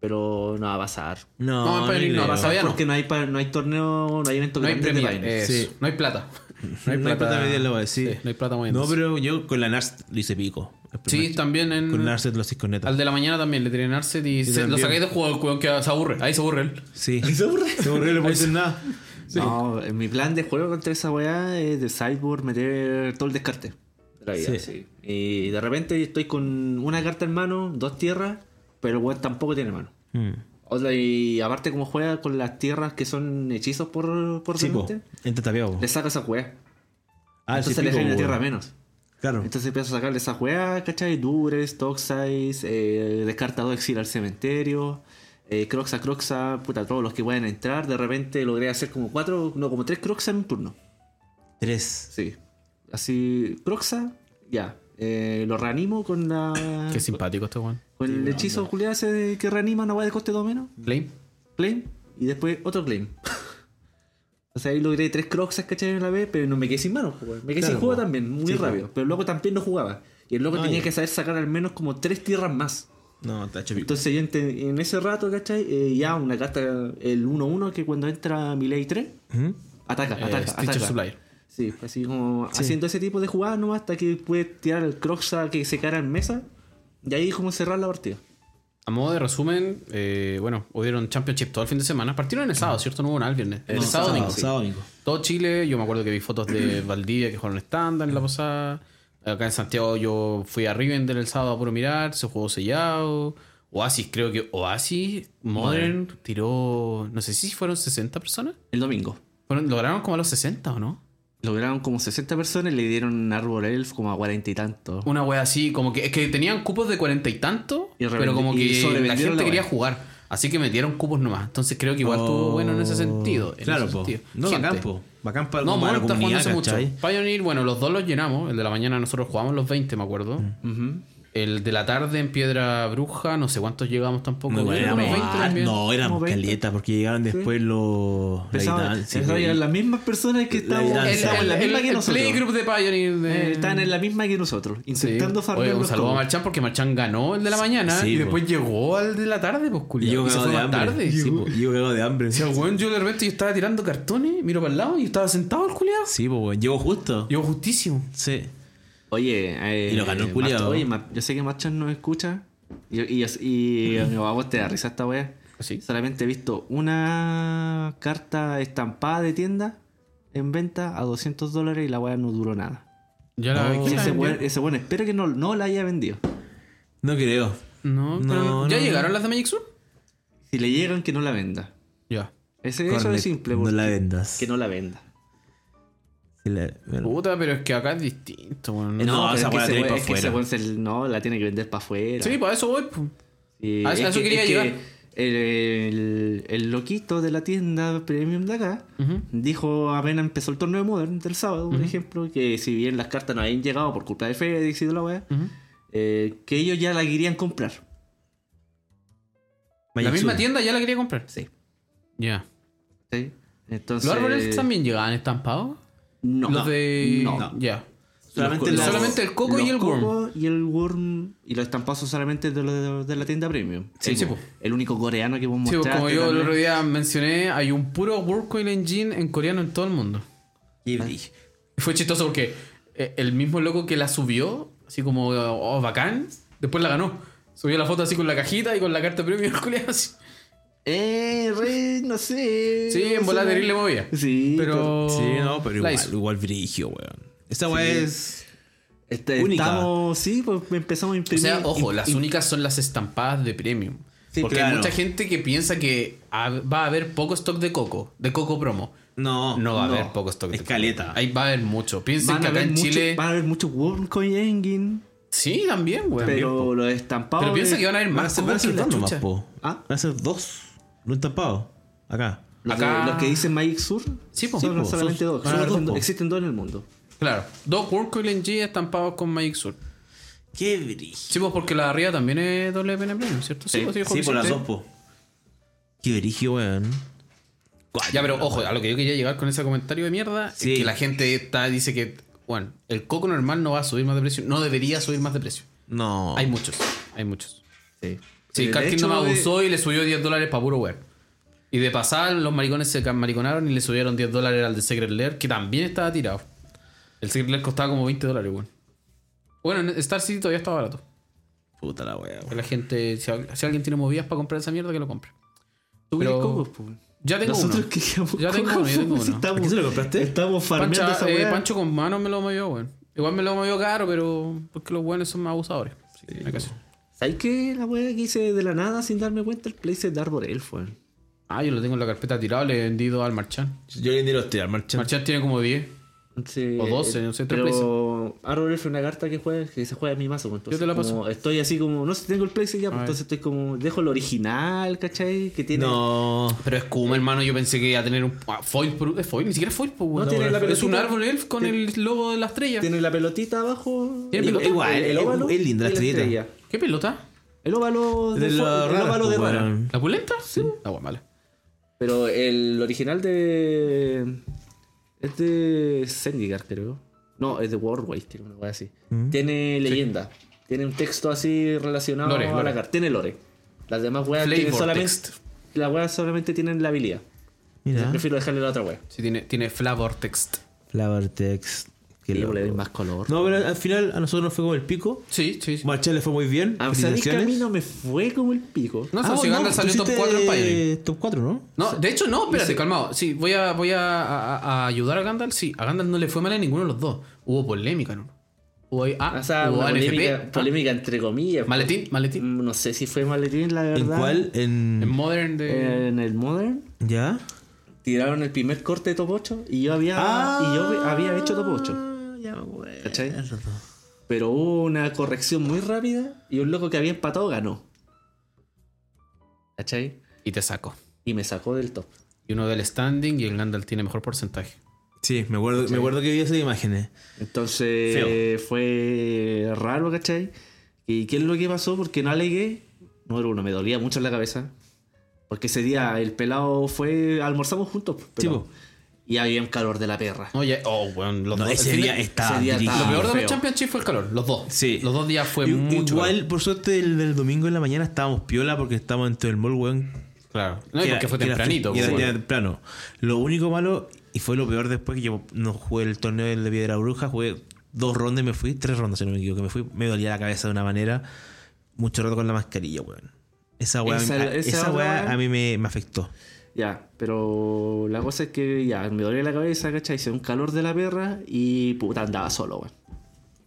Speaker 4: Pero no va a pasar.
Speaker 2: No,
Speaker 1: No,
Speaker 2: no,
Speaker 1: pero no,
Speaker 2: creo.
Speaker 1: pasa bien.
Speaker 4: Porque no hay, pa- no hay torneo, no hay evento
Speaker 1: No hay
Speaker 4: grande de
Speaker 1: premio. eh,
Speaker 4: Binance.
Speaker 1: eso.
Speaker 2: Sí.
Speaker 1: No hay plata.
Speaker 2: No hay plata media lo voy a decir.
Speaker 1: Sí, no hay plata muy
Speaker 2: No, pero yo con la NARS lo hice pico. El primer
Speaker 1: Sí, también en.
Speaker 2: Con Narset los con neta.
Speaker 1: Al de la mañana también le tiré Narset y, se- lo
Speaker 2: también.
Speaker 1: sacáis de juego, weón, que se aburre. Ahí se aburre él.
Speaker 2: Sí. Se aburre. Se aburre, no puede hacer nada.
Speaker 4: No, en mi plan de juego contra esa weá es de Cyborg meter todo el descarte. de la vida,
Speaker 2: Sí.
Speaker 4: sí. Y de repente estoy con una carta en mano, dos tierras, pero el weón tampoco tiene mano.
Speaker 2: Mm.
Speaker 4: O sea, y aparte como juega con las tierras que son hechizos por, por
Speaker 2: Sí, po.
Speaker 4: delante,
Speaker 2: Entra tapiado. po.
Speaker 4: le saca esa weá.
Speaker 2: Ah, el
Speaker 4: Entonces le
Speaker 2: Cipico,
Speaker 4: dejan la
Speaker 2: po,
Speaker 4: tierra
Speaker 2: weón.
Speaker 4: menos.
Speaker 2: Claro.
Speaker 4: Entonces empiezo a sacarle esa weá, ¿cachai? Dures, Toxize, eh, descartado Exil al cementerio, eh, Croxa, Croxa, puta, todos los que pueden entrar. De repente logré hacer como cuatro, no, como tres Croxa en un turno.
Speaker 2: Tres.
Speaker 4: Sí. Así, Croxa, ya. Eh, lo reanimo con la.
Speaker 2: Ah.
Speaker 1: Qué simpático este weón.
Speaker 4: con el hechizo culiado ese de que reanima una weá de coste 2 menos.
Speaker 1: Claim.
Speaker 4: Claim, y después otro claim. O sea, ahí logré tres croxas, ¿cachai? En la vez, pero no me quedé sin manos, po, weón. Me quedé
Speaker 2: Claro,
Speaker 4: sin juego
Speaker 2: po.
Speaker 4: también, muy
Speaker 2: Sí, po.
Speaker 4: rápido. Pero el loco también no jugaba. Y el loco
Speaker 2: Ah,
Speaker 4: tenía
Speaker 2: ya.
Speaker 4: que saber sacar al menos como tres tierras más.
Speaker 2: No, está hecho pico.
Speaker 4: Entonces yo ente- en ese rato, ¿cachai? Eh, ya una carta, el 1-1, que cuando entra Miley 3,
Speaker 2: Ujú.
Speaker 4: ataca,
Speaker 1: Eh,
Speaker 4: ataca,
Speaker 1: Stitcher
Speaker 4: ataca.
Speaker 1: Supplier.
Speaker 4: Sí, así como haciendo ese tipo de jugadas nomás hasta que puede tirar el croxa que se cara en mesa. Y ahí como cerrar la partida.
Speaker 1: A modo de resumen, eh, bueno, hubieron Championship todo el fin de semana. Partieron en el sábado, ¿cierto? No hubo nada el viernes. El
Speaker 4: No,
Speaker 1: sábado, domingo.
Speaker 2: Sábado, domingo.
Speaker 1: Todo Chile, yo me acuerdo que vi fotos de Valdivia que jugaron estándar en la posada. Acá en Santiago yo fui a Rivendell el sábado a puro mirar, se jugó sellado. Oasis, creo que Oasis, Modern, tiró, no sé si fueron 60 personas.
Speaker 4: El domingo.
Speaker 1: Fueron- lograron como a los 60 o no.
Speaker 4: Lograron como 60 personas y le dieron árbol elf como a 40 y tanto.
Speaker 1: Una wea así, como que es que tenían cupos de cuarenta y tanto,
Speaker 4: Y
Speaker 1: pero como
Speaker 4: y
Speaker 1: que la
Speaker 4: sobrevendieron
Speaker 1: gente
Speaker 4: la
Speaker 1: quería
Speaker 4: wea.
Speaker 1: jugar. Así que metieron cupos nomás. Entonces creo que igual estuvo
Speaker 2: Oh.
Speaker 1: bueno en ese sentido. en
Speaker 2: Claro,
Speaker 1: ese
Speaker 2: po.
Speaker 1: sentido.
Speaker 2: No,
Speaker 1: Gente.
Speaker 2: bacán, po. Bacán para
Speaker 1: No,
Speaker 2: como
Speaker 1: Mono
Speaker 2: para
Speaker 1: está jugándose mucho.
Speaker 2: ¿cachai?
Speaker 1: Pioneer, bueno, los dos los llenamos. El de la mañana nosotros jugamos los 20, me acuerdo.
Speaker 2: Mm.
Speaker 4: Ujú.
Speaker 1: El de la tarde en Piedra Bruja, no sé cuántos llegamos tampoco.
Speaker 2: No,
Speaker 1: Yo creo
Speaker 2: éramos
Speaker 1: que los 20
Speaker 2: hartos,
Speaker 1: también.
Speaker 2: no, éramos
Speaker 4: Como 20.
Speaker 2: caleta porque llegaron después los.
Speaker 4: Empezaban-
Speaker 2: la guitarra,
Speaker 4: empezaban
Speaker 2: sí,
Speaker 4: a llegar las mismas personas que estaban
Speaker 2: vigilancia.
Speaker 4: estaban en la
Speaker 1: El-
Speaker 4: misma
Speaker 1: el-
Speaker 4: que
Speaker 1: el
Speaker 4: nosotros.
Speaker 1: playgroup de Pioneer. de-
Speaker 4: Eh, estaban en la misma que nosotros,
Speaker 1: Sí.
Speaker 4: intentando farmear
Speaker 1: Oye, un
Speaker 4: los
Speaker 1: saludo a
Speaker 4: combos.
Speaker 1: Marchán porque Marchán ganó el de la mañana
Speaker 2: sí,
Speaker 1: y
Speaker 2: po.
Speaker 1: después llegó al de la tarde, pues
Speaker 2: Y yo
Speaker 1: culiado. Y se
Speaker 2: cagado
Speaker 1: fue
Speaker 2: de
Speaker 1: más tarde.
Speaker 2: hambre.
Speaker 1: Sí,
Speaker 2: Sí,
Speaker 1: po.
Speaker 2: po. Yo cagado de hambre.
Speaker 1: O sea, weón, yo de repente yo estaba tirando cartones, miro para el lado y estaba sentado el culiado.
Speaker 2: Sí, pues, weón. Llegó justo.
Speaker 1: Yo justísimo.
Speaker 2: Sí.
Speaker 4: Oye, eh,
Speaker 2: Y lo ganó el
Speaker 4: Mar-
Speaker 2: culiao.
Speaker 4: Oye, Mar- yo sé que Marchan nos escucha y, y, y, y a vos te da risa esta wea.
Speaker 1: Así.
Speaker 4: Solamente he visto una carta estampada de tienda en venta a 200 dólares y la wea no duró nada.
Speaker 1: Ya la
Speaker 2: Oh.
Speaker 4: Y ese weón,
Speaker 1: eh,
Speaker 4: ese weón espero que no, no la haya vendido.
Speaker 2: No creo.
Speaker 1: No, pero
Speaker 2: No,
Speaker 1: ¿Ya
Speaker 2: no,
Speaker 1: llegaron las de Magic Sur?
Speaker 4: Si le llegan, que no la venda.
Speaker 1: Ya.
Speaker 4: Ese, eso
Speaker 2: Cornet,
Speaker 4: es simple.
Speaker 2: No
Speaker 4: porque-
Speaker 2: la vendas.
Speaker 4: Que no la venda.
Speaker 2: Sí, la- bueno.
Speaker 1: Puta, pero es que acá es distinto, weón.
Speaker 2: No,
Speaker 4: pero
Speaker 2: Ah, esa
Speaker 4: es que
Speaker 2: weá la
Speaker 4: ese
Speaker 2: tiene que ir
Speaker 4: weón-
Speaker 2: pa'
Speaker 4: es que ese
Speaker 2: afuera.
Speaker 4: weón se- No, la tiene que vender para afuera.
Speaker 1: Sí, para eso voy. po.
Speaker 4: Sí,
Speaker 1: a eso-
Speaker 4: es
Speaker 1: a eso
Speaker 4: que-
Speaker 1: quería
Speaker 4: es que
Speaker 1: llegar.
Speaker 4: El, el- el loquito de la tienda premium de acá
Speaker 1: Ujú.
Speaker 4: dijo apenas empezó el torneo de Modern del sábado, por ejemplo, que si bien las cartas no habían llegado por culpa de FedEx y de la weá,
Speaker 1: Ujú.
Speaker 4: eh, que ellos ya la querían comprar.
Speaker 1: La
Speaker 2: Magic
Speaker 1: misma
Speaker 2: Sur.
Speaker 1: tienda ya la quería comprar.
Speaker 4: Sí.
Speaker 1: Ya.
Speaker 4: ¿sí? Entonces,
Speaker 1: ¿Los árboles también llegaban estampados?
Speaker 4: No.
Speaker 1: Los de.
Speaker 4: No.
Speaker 1: Ya.
Speaker 2: Solamente
Speaker 4: Los-
Speaker 2: la-
Speaker 1: solamente el coco
Speaker 4: los
Speaker 1: y el worm.
Speaker 4: coco y el worm. Y los estampazos solamente de, los- de la tienda premium.
Speaker 1: Sí,
Speaker 4: el,
Speaker 1: sí, po.
Speaker 4: el único coreano que vos
Speaker 1: Sí, pues,
Speaker 4: mostraste.
Speaker 1: como yo el
Speaker 4: también.
Speaker 1: otro día mencioné, hay un puro WorldCoin Engine en coreano en todo el mundo.
Speaker 4: Ah.
Speaker 2: Ghibli.
Speaker 1: Y fue chistoso porque eh, el mismo loco que la subió, así como, oh, bacán, después la ganó. Subió la foto así con la cajita y con la carta premio del culiao, así.
Speaker 4: Eh, re, no sé.
Speaker 1: Sí, en volar de Reel le movía.
Speaker 4: Sí,
Speaker 1: Pero.
Speaker 2: Sí, no, pero
Speaker 1: Oh, la
Speaker 2: igual,
Speaker 1: hizo.
Speaker 2: igual brigio, weón. Esta weá es.
Speaker 4: Este,
Speaker 2: Única.
Speaker 4: Estamos, sí, pues empezamos
Speaker 1: O
Speaker 4: a imprimir.
Speaker 1: sea, ojo,
Speaker 4: y-
Speaker 1: las
Speaker 4: y-
Speaker 1: únicas son las estampadas de premium.
Speaker 2: Sí,
Speaker 1: Porque hay
Speaker 2: claro.
Speaker 1: mucha gente que piensa que ha- va a haber poco stock de coco, de coco promo.
Speaker 2: No,
Speaker 1: No va
Speaker 4: no.
Speaker 1: a haber poco stock de
Speaker 2: Es caleta.
Speaker 1: coco. Ahí va a haber mucho. Piensen
Speaker 4: Van
Speaker 1: que
Speaker 4: a,
Speaker 1: acá
Speaker 4: haber
Speaker 1: en
Speaker 4: mucho-
Speaker 1: Chile.
Speaker 4: van a haber muchos WorldCoin Engine,
Speaker 1: Sí, también, güey.
Speaker 4: pero los estampados.
Speaker 1: Pero piensa que van a haber
Speaker 2: Van a
Speaker 1: más
Speaker 2: ser, van a
Speaker 1: cocos
Speaker 2: ser
Speaker 1: que la
Speaker 2: dos nomás,
Speaker 1: chucha.
Speaker 2: po.
Speaker 4: ¿Ah?
Speaker 2: Van a ser dos. No estampado. Acá.
Speaker 4: Los,
Speaker 1: Acá-
Speaker 4: de- los que dicen Magic Sur
Speaker 1: Sí, po.
Speaker 4: son
Speaker 1: Sí, po.
Speaker 4: solamente
Speaker 2: Son-
Speaker 4: dos.
Speaker 2: van a haber
Speaker 4: Solo son
Speaker 2: dos,
Speaker 4: dos.
Speaker 2: po.
Speaker 4: Existen dos en el mundo.
Speaker 1: Claro. Dos World LNG estampados con Magic Sur.
Speaker 2: Qué brigio.
Speaker 1: Sí, pues porque la de arriba también es doble pena premium, ¿cierto? Sí, pues,
Speaker 2: Sí, por
Speaker 1: la
Speaker 2: las dos, po. Qué brigio, weón.
Speaker 1: Ya, pero ojo, a lo que yo quería llegar con ese comentario de mierda
Speaker 2: Sí.
Speaker 1: es que la gente está, dice que, bueno, el coco normal no va a subir más de precio, no debería subir más de precio.
Speaker 2: No.
Speaker 1: Hay muchos, hay muchos.
Speaker 4: Sí.
Speaker 1: Sí,
Speaker 4: De
Speaker 1: Karkin
Speaker 4: hecho,
Speaker 1: no me
Speaker 4: eh,
Speaker 1: abusó y le subió 10 dólares para puro web. Y de pasar, los maricones se mariconaron y le subieron 10 dólares al de Secret Lair, que también estaba tirado. El Secret Lair costaba como 20 dólares, weón. Bueno, en Star City todavía está barato.
Speaker 2: Puta la weá,
Speaker 1: La gente, si, si alguien tiene movidas para comprar esa mierda, que lo compre.
Speaker 4: ¿Tú querés
Speaker 1: pero-
Speaker 4: cocos, po?
Speaker 1: Ya tengo
Speaker 4: Nosotros
Speaker 1: uno.
Speaker 4: queríamos
Speaker 1: Ya tengo
Speaker 4: cocos,
Speaker 1: uno, ya tengo
Speaker 4: po, si
Speaker 1: uno.
Speaker 4: Estamos,
Speaker 2: ¿Por qué se lo compraste?
Speaker 4: Estamos farmeando
Speaker 1: Pancha-
Speaker 4: esa
Speaker 1: eh,
Speaker 4: weá.
Speaker 1: Pancho con manos me lo movió, weón. Igual me lo movió caro, pero porque los weones son más abusadores. Así que me caso.
Speaker 4: ¿Sabes qué? La weá que hice de la nada sin darme cuenta, el playset de Arbor Elf, weón.
Speaker 1: Ah, yo lo tengo en la carpeta tirado, le he vendido al Marchán.
Speaker 2: Yo le vendí los tirar, marcha.
Speaker 1: Marchán tiene como 10.
Speaker 4: Sí,
Speaker 1: O 12,
Speaker 4: eh,
Speaker 1: no sé, tres
Speaker 4: Pero Arbor Elf es una carta que, juega, que se juega en mi mazo. pues, Entonces,
Speaker 1: Yo te la paso.
Speaker 4: como estoy así como, no sé, tengo el playset ya, pues,
Speaker 1: Ah,
Speaker 4: entonces estoy como, dejo el original, ¿cachai? Que tiene.
Speaker 2: No.
Speaker 1: Pero es Kuma, hermano, yo pensé que iba a tener un ah, foil, pero es foil, ni siquiera es foil, po, weón.
Speaker 4: No, tiene la
Speaker 1: es un
Speaker 4: pelotita.
Speaker 1: árbol elf con el logo de la estrella.
Speaker 4: Tiene la pelotita abajo.
Speaker 1: Tiene pelota.
Speaker 2: Igual,
Speaker 4: el, el
Speaker 2: es-
Speaker 4: óvalo.
Speaker 2: es linda la
Speaker 4: y
Speaker 2: estrellita.
Speaker 1: ¿Qué pelota?
Speaker 4: El óvalo de,
Speaker 2: De
Speaker 4: fo-
Speaker 2: los
Speaker 4: el óvalo de rara.
Speaker 2: weón.
Speaker 1: ¿La pulenta? Sí. Ah, bueno, vale.
Speaker 4: Pero el original de. Es de Sendigar, creo. No, es de Warways, tiene una wea así. Tiene leyenda. Tiene un texto así relacionado
Speaker 1: Lore,
Speaker 4: a
Speaker 1: lore.
Speaker 4: la carta. Tiene lore. Las demás weas
Speaker 1: Flavor
Speaker 4: tienen solamente.
Speaker 1: text.
Speaker 4: Las weas solamente tienen la habilidad.
Speaker 2: Mira.
Speaker 4: Prefiero dejarle la otra wea.
Speaker 1: Sí, tiene, tiene flavor text.
Speaker 2: Flower text. Qué
Speaker 4: Y
Speaker 2: loco.
Speaker 4: le doy más color.
Speaker 2: No, pero al final a nosotros nos fue como el pico.
Speaker 1: Sí, sí. sí.
Speaker 2: Marchal le fue muy bien.
Speaker 4: A mí Ah, que a mí no me fue como el pico.
Speaker 1: No,
Speaker 2: Ah,
Speaker 1: sé, si
Speaker 2: no,
Speaker 1: Gandalf
Speaker 2: tú
Speaker 1: salió top
Speaker 2: hiciste,
Speaker 1: 4 en Pioneer.
Speaker 2: eh, Top 4, ¿no?
Speaker 1: No, de hecho no, espérate, calmado. Sí, voy a, voy a, a- a ayudar a Gandalf. Sí, a Gandalf no le fue mal en ninguno de los dos. Hubo polémica, ¿no? Hubo, ahí- ah,
Speaker 4: O sea,
Speaker 1: hubo
Speaker 4: una
Speaker 1: ANFP.
Speaker 4: polémica, polémica entre comillas.
Speaker 1: Ah.
Speaker 4: Mm,
Speaker 1: Maletín, maletín.
Speaker 4: No sé si fue maletín, la verdad. Eh,
Speaker 2: ¿En cuál?
Speaker 4: Mm.
Speaker 1: En
Speaker 2: En.
Speaker 1: Modern de...
Speaker 4: En el Modern.
Speaker 2: ¿Ya?
Speaker 4: tiraron el primer corte de Top 8 y yo había, Ah, y yo
Speaker 2: Ah.
Speaker 4: había hecho Top 8.
Speaker 2: Ya me acuerdo.
Speaker 4: ¿Cachai? Pero hubo una corrección muy rápida y un loco que había empatado ganó. ¿Cachai?
Speaker 1: Y te saco.
Speaker 4: Y me sacó del top.
Speaker 1: Y uno del standing y el Gandalf tiene mejor porcentaje.
Speaker 2: Sí, me acuerdo, me acuerdo que vi esas imágenes.
Speaker 4: Entonces
Speaker 2: Feo.
Speaker 4: fue raro, ¿cachai? ¿Y qué es lo que pasó? Porque no alegué. Número uno, me dolía mucho la cabeza. Porque ese día el pelado fue. Almorzamos juntos. pues, pelado.
Speaker 2: Sí, po.
Speaker 4: y había un calor de la perra.
Speaker 1: No, ya- oh, weón, los
Speaker 2: No,
Speaker 1: dos.
Speaker 2: ese
Speaker 1: el-
Speaker 2: día estaba
Speaker 4: ese día
Speaker 2: brígido.
Speaker 1: Lo
Speaker 4: estaba-
Speaker 1: peor de
Speaker 4: feo.
Speaker 1: los Championship fue el calor, los dos.
Speaker 2: Sí.
Speaker 1: Los dos días fue
Speaker 2: I-
Speaker 1: mucho
Speaker 2: Igual,
Speaker 1: calor.
Speaker 2: por suerte, el del domingo en la mañana estábamos piola porque estábamos dentro del mall, weón.
Speaker 1: Claro. No, y porque
Speaker 2: Que era-
Speaker 1: fue
Speaker 2: que era-
Speaker 1: tempranito.
Speaker 2: que Era,
Speaker 1: weón.
Speaker 2: que era temprano. Lo único malo, y fue lo peor después que yo no jugué el torneo del de Piedra Bruja, jugué dos rondas y me fui, tres rondas si no me equivoco, me fui, me dolía la cabeza de una manera, mucho rato con la mascarilla, weón. Esa weá,
Speaker 4: Esa-
Speaker 2: a-
Speaker 4: esa
Speaker 2: esa
Speaker 4: otra
Speaker 2: weá
Speaker 4: weá.
Speaker 2: a mí me, me afectó.
Speaker 4: Ya, pero la cosa es que ya, me dolía la cabeza, ¿cachai? Hice un calor de la perra y puta, andaba solo, weón.